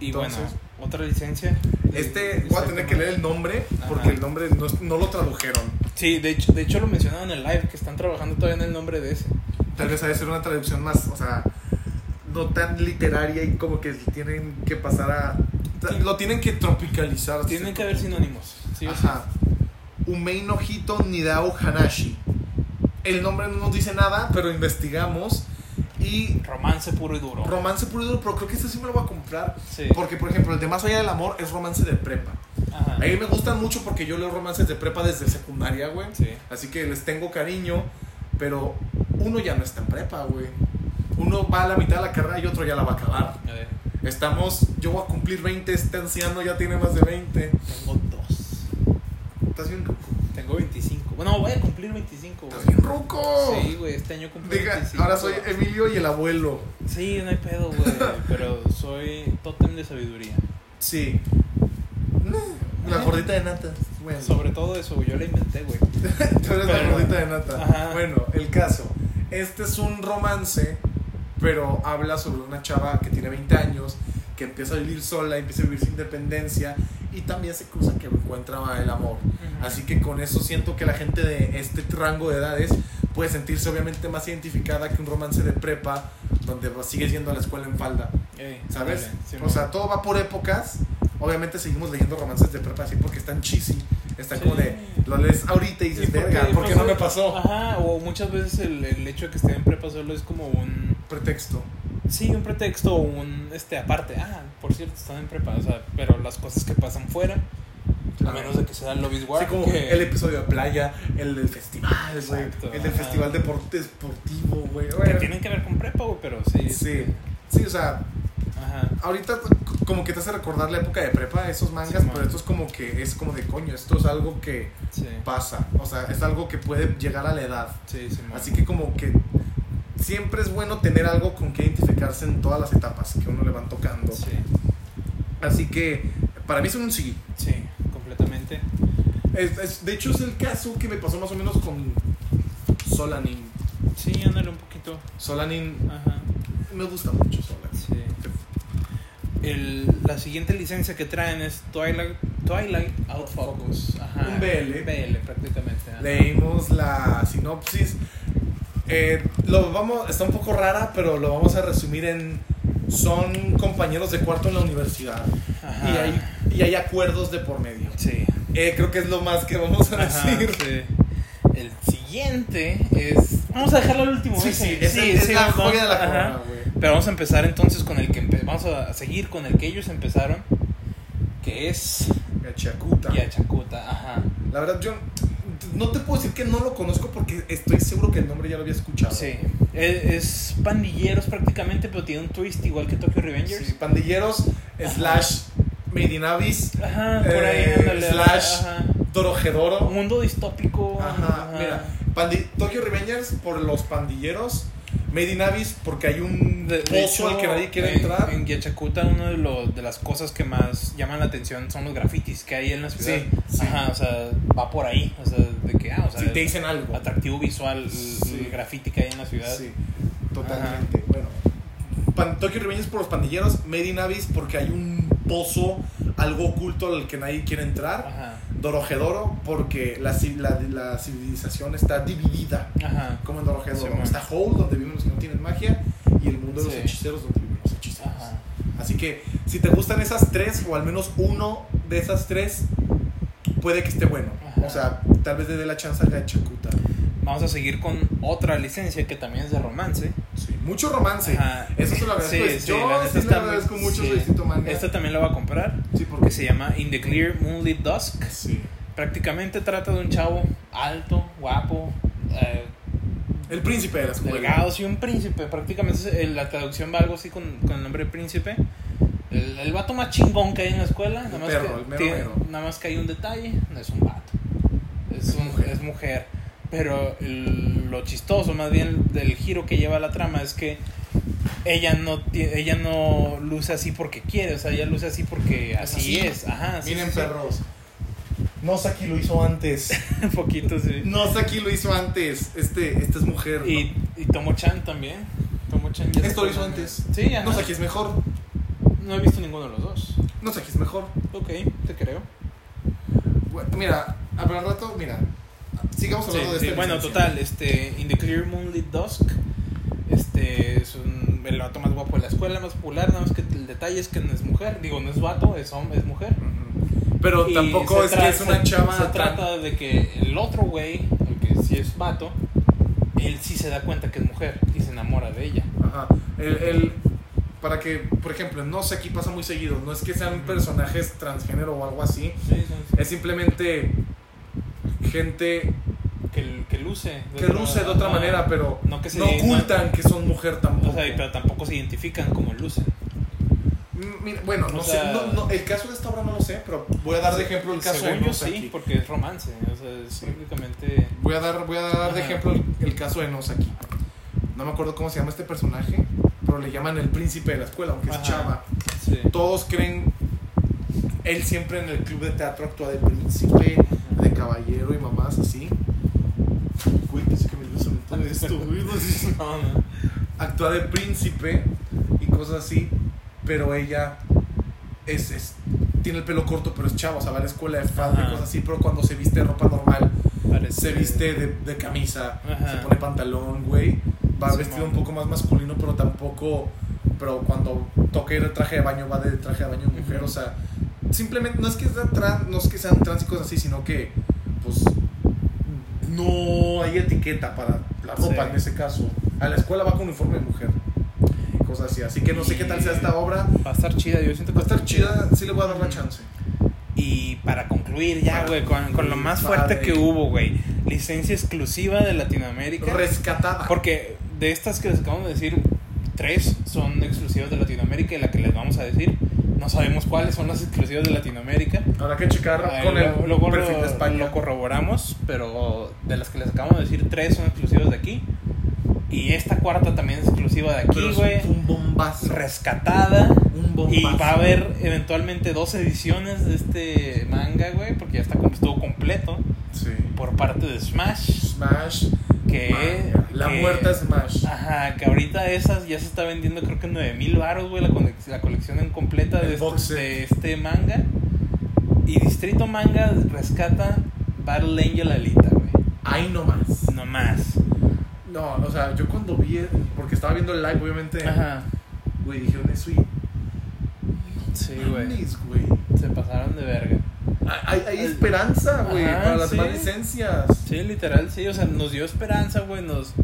S2: Y
S1: Entonces-
S2: bueno, otra licencia.
S1: Este,
S2: Eh,
S1: voy a tener que leer el nombre porque
S2: Ajá.
S1: el nombre no, es- no lo tradujeron.
S2: Sí, de hecho, de hecho lo mencionaron en el live, que están trabajando todavía en el nombre de ese.
S1: Tal vez ha de ser una traducción más, o sea, no tan literaria y como que tienen que pasar a. Lo tienen que tropicalizar. hasta
S2: Tienen
S1: cierto
S2: que haber
S1: punto.
S2: sinónimos. Sí, o sí.
S1: Ajá. Umei no Hito Nidao Hanashi. El nombre no nos dice nada, pero investigamos. Y
S2: Romance puro y duro.
S1: romance puro y duro, pero creo que este sí me lo voy a comprar.
S2: sí.
S1: Porque, por ejemplo, el de Más Allá del Amor es romance de prepa.
S2: Ajá.
S1: A mí me gustan mucho porque yo leo romances de prepa desde secundaria, güey.
S2: Sí.
S1: Así que les tengo cariño, pero uno ya no está en prepa, güey. Uno va a la mitad de la carrera y otro ya la va a acabar.
S2: A ver,
S1: Estamos, yo voy a cumplir 20, este anciano ya tiene más de 20.
S2: tengo dos.
S1: Estás bien ruco.
S2: Tengo 25. Bueno, voy a cumplir 25, güey.
S1: Estás bien ruco.
S2: Sí, güey, este año cumplí
S1: Oh. Diga,
S2: 25.
S1: ahora soy Emilio y el abuelo.
S2: Sí, no hay pedo, güey, pero soy tótem de sabiduría.
S1: Sí. La gordita de nata. Bueno.
S2: Sobre todo eso, güey, yo la inventé, güey.
S1: Tú eres la
S2: Pero-
S1: gordita de nata.
S2: Ajá.
S1: Bueno, el caso. Este es un romance, pero habla sobre una chava que tiene 20 años, que empieza a vivir sola, empieza a vivir sin independencia y también se cruza que encuentra el amor. Así que con eso siento que la gente de este rango de edades puede sentirse obviamente más identificada que un romance de prepa donde pues, sigues yendo a la escuela en falda,
S2: Ey,
S1: ¿sabes?
S2: dale, sí,
S1: o sea, todo va por épocas, Obviamente seguimos leyendo romances de prepa así porque están cheesy. Están
S2: Sí.
S1: como de, lo lees ahorita y dices,
S2: Sí, porque,
S1: verga, ¿por qué
S2: pues,
S1: no me pasó?
S2: Ajá, o muchas veces el, el hecho de que esté en prepa solo es como un.
S1: Pretexto.
S2: Sí, un pretexto o un. Este, aparte. Ah, por cierto, están en prepa. O sea, pero las cosas que pasan fuera. A
S1: Ah.
S2: menos de que sea Lobby's War.
S1: Así como
S2: que-
S1: el episodio de playa, el del festival, güey.
S2: Exacto,
S1: El del
S2: ajá.
S1: festival deport- deportivo, güey.
S2: que
S1: Bueno,
S2: tienen que ver con prepa, güey, pero sí.
S1: Sí.
S2: este,
S1: Sí, o sea,
S2: Ajá.
S1: ahorita c- como que te hace recordar la época de prepa, esos mangas,
S2: Sí,
S1: pero
S2: man.
S1: esto es como que es como de coño, esto es algo que
S2: Sí.
S1: pasa, o sea, es algo que puede llegar a la edad.
S2: Sí, sí,
S1: Así que como que siempre es bueno tener algo con que identificarse en todas las etapas que uno le van tocando.
S2: Sí,
S1: Así que para mí es un sí.
S2: sí, completamente.
S1: Es- es- de hecho es el caso que me pasó más o menos con Solanin.
S2: Sí, ándale un poquito.
S1: Solanin
S2: Ajá.
S1: me gusta mucho Solanin.
S2: Sí. El, la siguiente licencia que traen es Twilight, Twilight Out Focus. Ajá.
S1: Un BL.
S2: BL, prácticamente. ajá.
S1: Leímos la sinopsis. Eh, lo vamos, está un poco rara, pero lo vamos a resumir en son compañeros de cuarto en la universidad
S2: Ajá.
S1: y hay, y hay acuerdos de por medio.
S2: Sí.
S1: Eh, creo que es lo más que vamos a
S2: Ajá,
S1: decir.
S2: sí. El siguiente es. Vamos a dejarlo al último.
S1: Sí,
S2: ese.
S1: sí, es, es la
S2: vamos-
S1: joya de la
S2: ajá.
S1: corona, güey.
S2: Pero vamos a empezar entonces con el que. empe- Vamos a seguir con el que ellos empezaron. Que es.
S1: Gachacuta.
S2: Yachacuta. Ajá.
S1: La verdad, yo no te puedo decir que no lo conozco porque estoy seguro que el nombre ya lo había escuchado.
S2: Sí. Es, es pandilleros prácticamente, pero tiene un twist igual que Tokyo Revengers.
S1: Sí, pandilleros, slash, Made in Abyss,
S2: Ajá, por
S1: Eh,
S2: ahí ándale.
S1: slash.
S2: Ajá.
S1: Dorojedoro.
S2: Mundo distópico.
S1: Ajá, mira, Pandi- Tokyo Revengers por los pandilleros, Made in Abyss porque hay un
S2: De, de
S1: pozo
S2: hecho,
S1: al que nadie quiere
S2: en-
S1: entrar.
S2: En Yachacuta, una de, lo- de las cosas que más llaman la atención son los grafitis que hay en la ciudad.
S1: Sí, sí.
S2: Ajá, o sea, va por ahí. O sea, de que, ah, o sea,
S1: si te dicen algo.
S2: atractivo visual, el-
S1: Sí.
S2: el graffiti que hay en la ciudad.
S1: Sí, totalmente. Bueno, Pan- Tokyo Revengers por los pandilleros, Made in Abyss porque hay un pozo, algo oculto al que nadie quiere entrar.
S2: Ajá,
S1: Dorojedoro porque la, ci- la- la civilización está dividida.
S2: ajá,
S1: Como en Dorojedoro.
S2: Sí,
S1: está Hole, donde viven los que no tienen magia, y el mundo de los
S2: Sí.
S1: hechiceros, donde viven los hechiceros.
S2: ajá.
S1: Así que si te gustan esas tres o al menos uno de esas tres, puede que esté bueno.
S2: Ajá.
S1: O sea, tal vez le dé la chance a la chacuta.
S2: Vamos a seguir con otra licencia que también es de romance.
S1: Sí, mucho romance.
S2: Ajá.
S1: Eso se lo agradezco.
S2: Sí, sí, la
S1: Yo
S2: neta
S1: sí le
S2: está muy-
S1: agradezco mucho
S2: sí.
S1: su distinto manga.
S2: Esta también la va a comprar.
S1: Sí, porque
S2: Que se llama In the Clear Moonlit Dusk.
S1: Sí.
S2: Prácticamente trata de un chavo alto, guapo, eh,
S1: El príncipe de la escuela.
S2: delgado, sí, un príncipe. Prácticamente eh, la traducción va algo así con, con el nombre de príncipe. El, el vato más chingón que hay en la escuela. Nada
S1: El
S2: más,
S1: perro,
S2: que,
S1: el mero
S2: tiene-
S1: mero.
S2: nada más que hay un detalle, no es un vato. Es, un-
S1: mujer.
S2: es mujer. Pero el- lo chistoso, más bien, del giro que lleva la trama es que ella no, ti- ella no luce así porque quiere, o sea, ella luce así porque así,
S1: así.
S2: es. Ajá, sí,
S1: Miren,
S2: sí, sí.
S1: perros. Nosaki lo hizo antes.
S2: Un poquito, sí.
S1: Nosaki lo hizo antes. Este, esta es mujer.
S2: Y, y Tomo Chan también. Tomo Chan ya
S1: Esto
S2: se
S1: lo hizo
S2: fue.
S1: antes.
S2: Sí, ajá.
S1: Nosaki es mejor.
S2: No he visto ninguno de los dos.
S1: Nosaki es mejor.
S2: Ok, te creo.
S1: Bueno, Mira, habrá rato, mira. Sigamos
S2: Sí,
S1: hablando de
S2: sí,
S1: este
S2: bueno, total, este, In the Clear Moonlit Dusk, este, es un, el vato más guapo de la escuela, más popular, nada más que el detalle es que no es mujer, digo, no es vato, es hombre, es mujer.
S1: Pero
S2: Y
S1: tampoco
S2: se
S1: es
S2: tra-
S1: que es una chava
S2: Se
S1: tan-
S2: trata de que el otro güey, el que sí es vato, él sí se da cuenta que es mujer y se enamora de ella.
S1: Ajá. El, el- para que, por ejemplo, no sé, aquí pasa muy seguido. No es que sean
S2: Ujú.
S1: personajes transgénero o algo así. Es simplemente gente
S2: Que, que luce.
S1: que luce de otra
S2: ah,
S1: manera, pero no,
S2: no que se diga-
S1: ocultan que son mujer
S2: O
S1: tampoco.
S2: sea, y- pero tampoco se identifican como lucen.
S1: Mm, mira, bueno, no
S2: o
S1: sé.
S2: sea-
S1: no- no, el caso de esta obra no lo sé, pero voy a dar de ejemplo el caso de
S2: Según yo sí,
S1: Nosaki.
S2: porque es romance. O sea, es prácticamente.
S1: Voy a dar, voy a dar de
S2: Ajá.
S1: ejemplo el, el caso de Nosaki. No me acuerdo cómo se llama este personaje, pero le llaman el príncipe de la escuela, aunque es
S2: Ajá.
S1: chava.
S2: Sí.
S1: todos creen él siempre en el club de teatro actúa de príncipe, de caballero y mamás así. Güey, pensé que me ibas a meter esto, güey, no sé.
S2: No, no.
S1: Actúa de príncipe y cosas así, pero ella es, es- tiene el pelo corto, pero es chavo, o sea, va a la escuela de falda y
S2: Ajá.
S1: cosas así, pero cuando se viste de ropa normal,
S2: Parece-
S1: se viste de, de camisa,
S2: Ajá.
S1: se pone pantalón, güey. Va
S2: Sí,
S1: vestido
S2: man.
S1: un poco más masculino, pero tampoco. Pero cuando toque el traje de baño, va de traje de baño de mujer.
S2: Ujú.
S1: O sea, simplemente, no es que sea tran- no es que sean trans y cosas así, sino que, pues, no hay etiqueta para la
S3: Sí.
S1: ropa en ese caso. A la escuela va con uniforme de mujer, cosas así. Así que no sé qué tal sea esta obra.
S2: Va a estar chida, yo siento que
S1: Va a estar chida, sí le voy a dar la chance.
S2: Y para concluir ya,
S1: Para
S2: güey, con, con lo más
S1: concluir,
S2: fuerte
S1: padre.
S2: que hubo, güey. Licencia exclusiva de Latinoamérica.
S1: Rescatada.
S2: Porque de estas que les acabamos de decir, tres son exclusivas de Latinoamérica y la que les vamos a decir, no sabemos cuáles son las exclusivas de Latinoamérica.
S1: Habrá que checar
S2: Ahí
S1: con
S2: lo-
S1: el
S2: luego
S1: perfil
S2: lo,
S1: de España.
S2: lo corroboramos, pero de las que les acabamos de decir, tres son exclusivas de aquí. Y esta cuarta también es exclusiva de
S1: Pero
S2: aquí,
S1: es
S2: güey.
S1: un bombazo.
S2: Rescatada.
S1: Un
S2: Y
S1: bombazo.
S2: va a haber eventualmente dos ediciones de este manga, güey, porque ya está com- estuvo completo
S1: Sí.
S2: por parte de Smash,
S1: Smash.
S2: que
S1: Manga. La
S2: que-
S1: muerta Smash.
S2: Ajá, que ahorita esas ya se está vendiendo creo que 9000 baros, güey, la, colec- la colección en completa
S1: El
S2: de,
S1: box
S2: este,
S1: set.
S2: de este manga. Y Distrito Manga rescata Battle Angel Alita, güey.
S1: Ahí nomás.
S2: No más.
S1: No, o sea, yo cuando vi, porque estaba viendo el live, obviamente,
S2: Ajá.
S1: güey, dijeron eso y.
S2: Sí, güey.
S1: mames, güey.
S2: Se pasaron de verga.
S1: Hay, hay esperanza, güey,
S2: Ajá,
S1: para las
S2: sí.
S1: más licencias.
S2: Sí, literal, sí. O sea, nos dio esperanza, güey. Nos...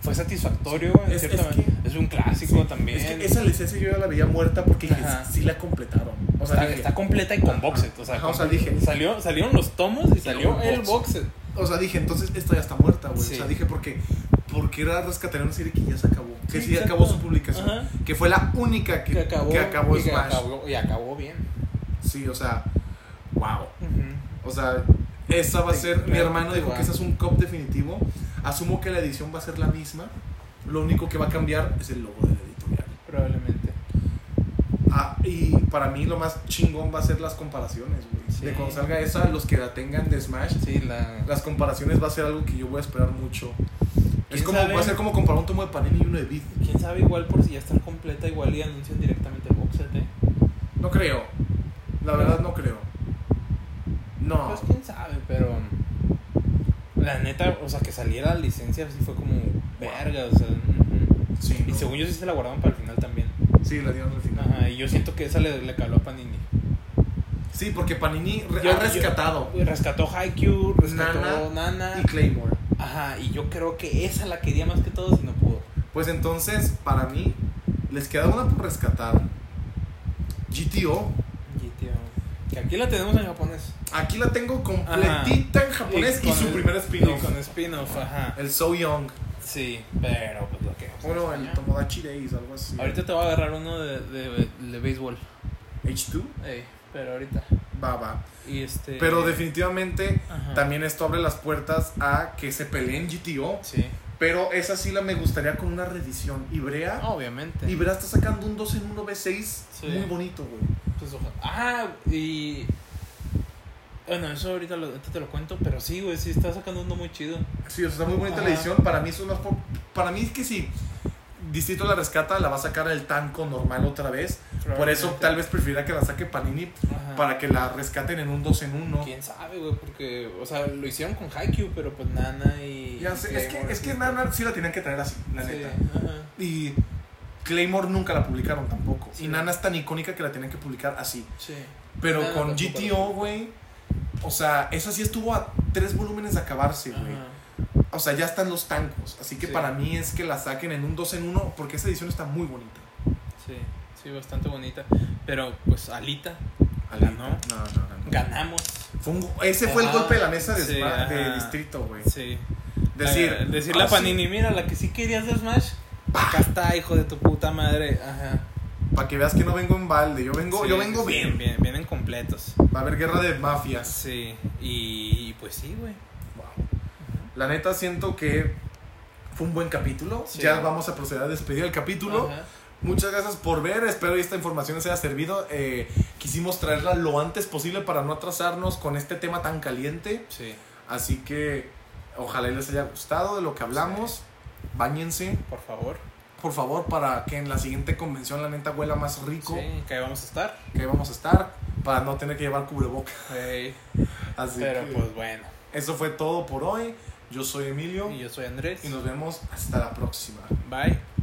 S2: Fue satisfactorio, güey.
S1: Es-
S2: Es,
S1: es que-
S2: es un clásico también.
S1: Es que esa licencia yo ya la veía muerta porque dije,
S2: Ajá.
S1: sí la completaron. O sea,
S2: está,
S1: dije,
S2: está completa y con box set. O sea,
S1: Ajá, o sea,
S2: con-
S1: dije-
S2: salió, salieron los tomos y salió
S1: un
S2: el
S1: box.
S2: box set.
S1: o sea, dije, entonces esta ya está muerta, güey.
S2: Sí.
S1: O sea, dije, porque, porque era rescatar una serie que ya se acabó. Que
S2: Sí,
S1: sí,
S2: exacto.
S1: acabó su publicación.
S2: Ajá.
S1: Que fue la única que,
S2: que acabó,
S1: que acabó
S2: y que
S1: Smash.
S2: acabó- y acabó bien.
S1: Sí, o sea, wow. O sea, esa va a ser. Mi hermano dijo que esa es un cop definitivo. Asumo que la edición va a ser la misma. Lo único que va a cambiar es el logo de la editorial.
S2: Probablemente.
S1: Ah, y para mí lo más chingón va a ser las comparaciones, güey.
S2: Sí.
S1: De cuando salga esa, los que la tengan de Smash,
S2: Sí, la.
S1: las comparaciones va a ser algo que yo voy a esperar mucho. Es
S2: ¿Quién
S1: como,
S2: sabe?
S1: va a ser como comparar un tomo de Panini y uno de Beat.
S2: Quién sabe, igual por si ya están completa, igual y anuncian directamente el box set, ¿eh?
S1: No creo. La verdad, no creo. No.
S2: Pues quién sabe, pero. La neta, o sea, que saliera la licencia, sí fue como. Verga, o sea. ujú.
S1: Sí,
S2: Y
S1: no.
S2: según yo, sí se la guardaron para el final también.
S1: Sí, la dieron al final.
S2: Ajá, y yo siento que esa le, le caló a Panini.
S1: Sí, porque Panini re-
S2: Yo-
S1: ha rescatado.
S2: Uy, Rescató Haikyuu, rescató Nana.
S1: y Claymore.
S2: Ajá, y yo creo que esa la quería más que todos y no pudo.
S1: Pues entonces, para mí, les queda una por rescatar. GTO.
S2: Que aquí la tenemos en japonés.
S1: Aquí la tengo completita en japonés y,
S2: con
S1: su
S2: el-
S1: primer spin-off.
S2: y Con spin-off, ajá.
S1: El So Young.
S2: Sí, pero pues lo que.
S1: Bueno, el Tomodachi Days, algo así.
S2: Ahorita te voy a agarrar uno de, de, de béisbol.
S1: H2.
S2: Ey, pero ahorita.
S1: Va, va.
S2: Y este.
S1: Pero definitivamente
S2: Ajá.
S1: también esto abre las puertas a que se peleen GTO.
S2: Sí,
S1: Pero esa sí la me gustaría con una reedición. Ibrea.
S2: obviamente.
S1: Ibrea está sacando un 2 en 1 V6
S2: Oh. Sí.
S1: muy bonito, güey.
S2: Pues, oja- Ah, y. Bueno, eso ahorita, lo- ahorita te lo cuento, pero sí, güey, sí está sacando uno muy chido.
S1: Sí, o sea, está muy bonita la
S2: Ajá.
S1: edición. Para mí, eso es más por- para mí es que si Distrito la rescata, la va a sacar el tanco normal otra vez. Por eso
S2: Probablemente.
S1: tal vez prefiera que la saque Panini
S2: Ajá.
S1: para que la rescaten en un 2 en 1.
S2: Quién sabe, güey, porque. O sea, lo hicieron con Haikyuu, pero pues Nana y.
S1: Ya
S2: y
S1: sé, es que,
S2: Claymore,
S1: es que
S2: sí.
S1: Nana sí la tenían que traer así, la
S2: Sí,
S1: neta.
S2: ajá.
S1: Y Claymore nunca la publicaron tampoco.
S2: Sí.
S1: Y Nana es tan icónica que la tenían que publicar así.
S2: Sí.
S1: Pero
S2: Nana
S1: con
S2: tampoco la
S1: GTO, güey. O sea, esa sí estuvo a tres volúmenes de acabarse, güey.
S2: Ajá.
S1: O sea, ya están los tancos. Así que
S2: Sí.
S1: para mí es que la saquen en un 2 en 1 porque esa edición está muy bonita.
S2: Sí, sí, bastante bonita. Pero pues Alita, Ganó.
S1: Alita. No, no, ganó.
S2: ganamos.
S1: Fue un go- ese fue el
S2: Ajá.
S1: golpe de la mesa de,
S2: Sí,
S1: Sma- de
S2: ajá.
S1: distrito, güey.
S2: Sí.
S1: Decir,
S2: Ah, decirle a
S1: ahora sí,
S2: Panini, mira, la que sí querías de Smash. Acá está, hijo de tu puta madre. Ajá.
S1: Para que veas que no vengo en balde, yo vengo,
S2: Sí,
S1: yo vengo
S2: sí,
S1: bien.
S2: bien. Vienen completos.
S1: Va a haber guerra de mafias.
S2: Sí. Y, y, pues sí, güey.
S1: Wow. La neta siento que fue un buen capítulo.
S2: Sí.
S1: Ya vamos a proceder a despedir el capítulo.
S2: Ajá.
S1: Muchas gracias por ver. Espero que esta información les haya servido. Eh, quisimos traerla lo antes posible para no atrasarnos con este tema tan caliente.
S2: Sí.
S1: Así que ojalá y les haya gustado de lo que hablamos. Báñense,
S2: Por favor.
S1: por favor, para que en la siguiente convención la neta huela más rico.
S2: Sí, que ahí vamos a estar.
S1: que ahí vamos a estar para no tener que llevar cubreboca.
S2: Ey,
S1: Así
S2: Pero
S1: que
S2: pues bueno.
S1: eso fue todo por hoy. Yo soy Emilio
S2: Y yo soy Andrés.
S1: y nos vemos hasta la próxima.
S2: Bye.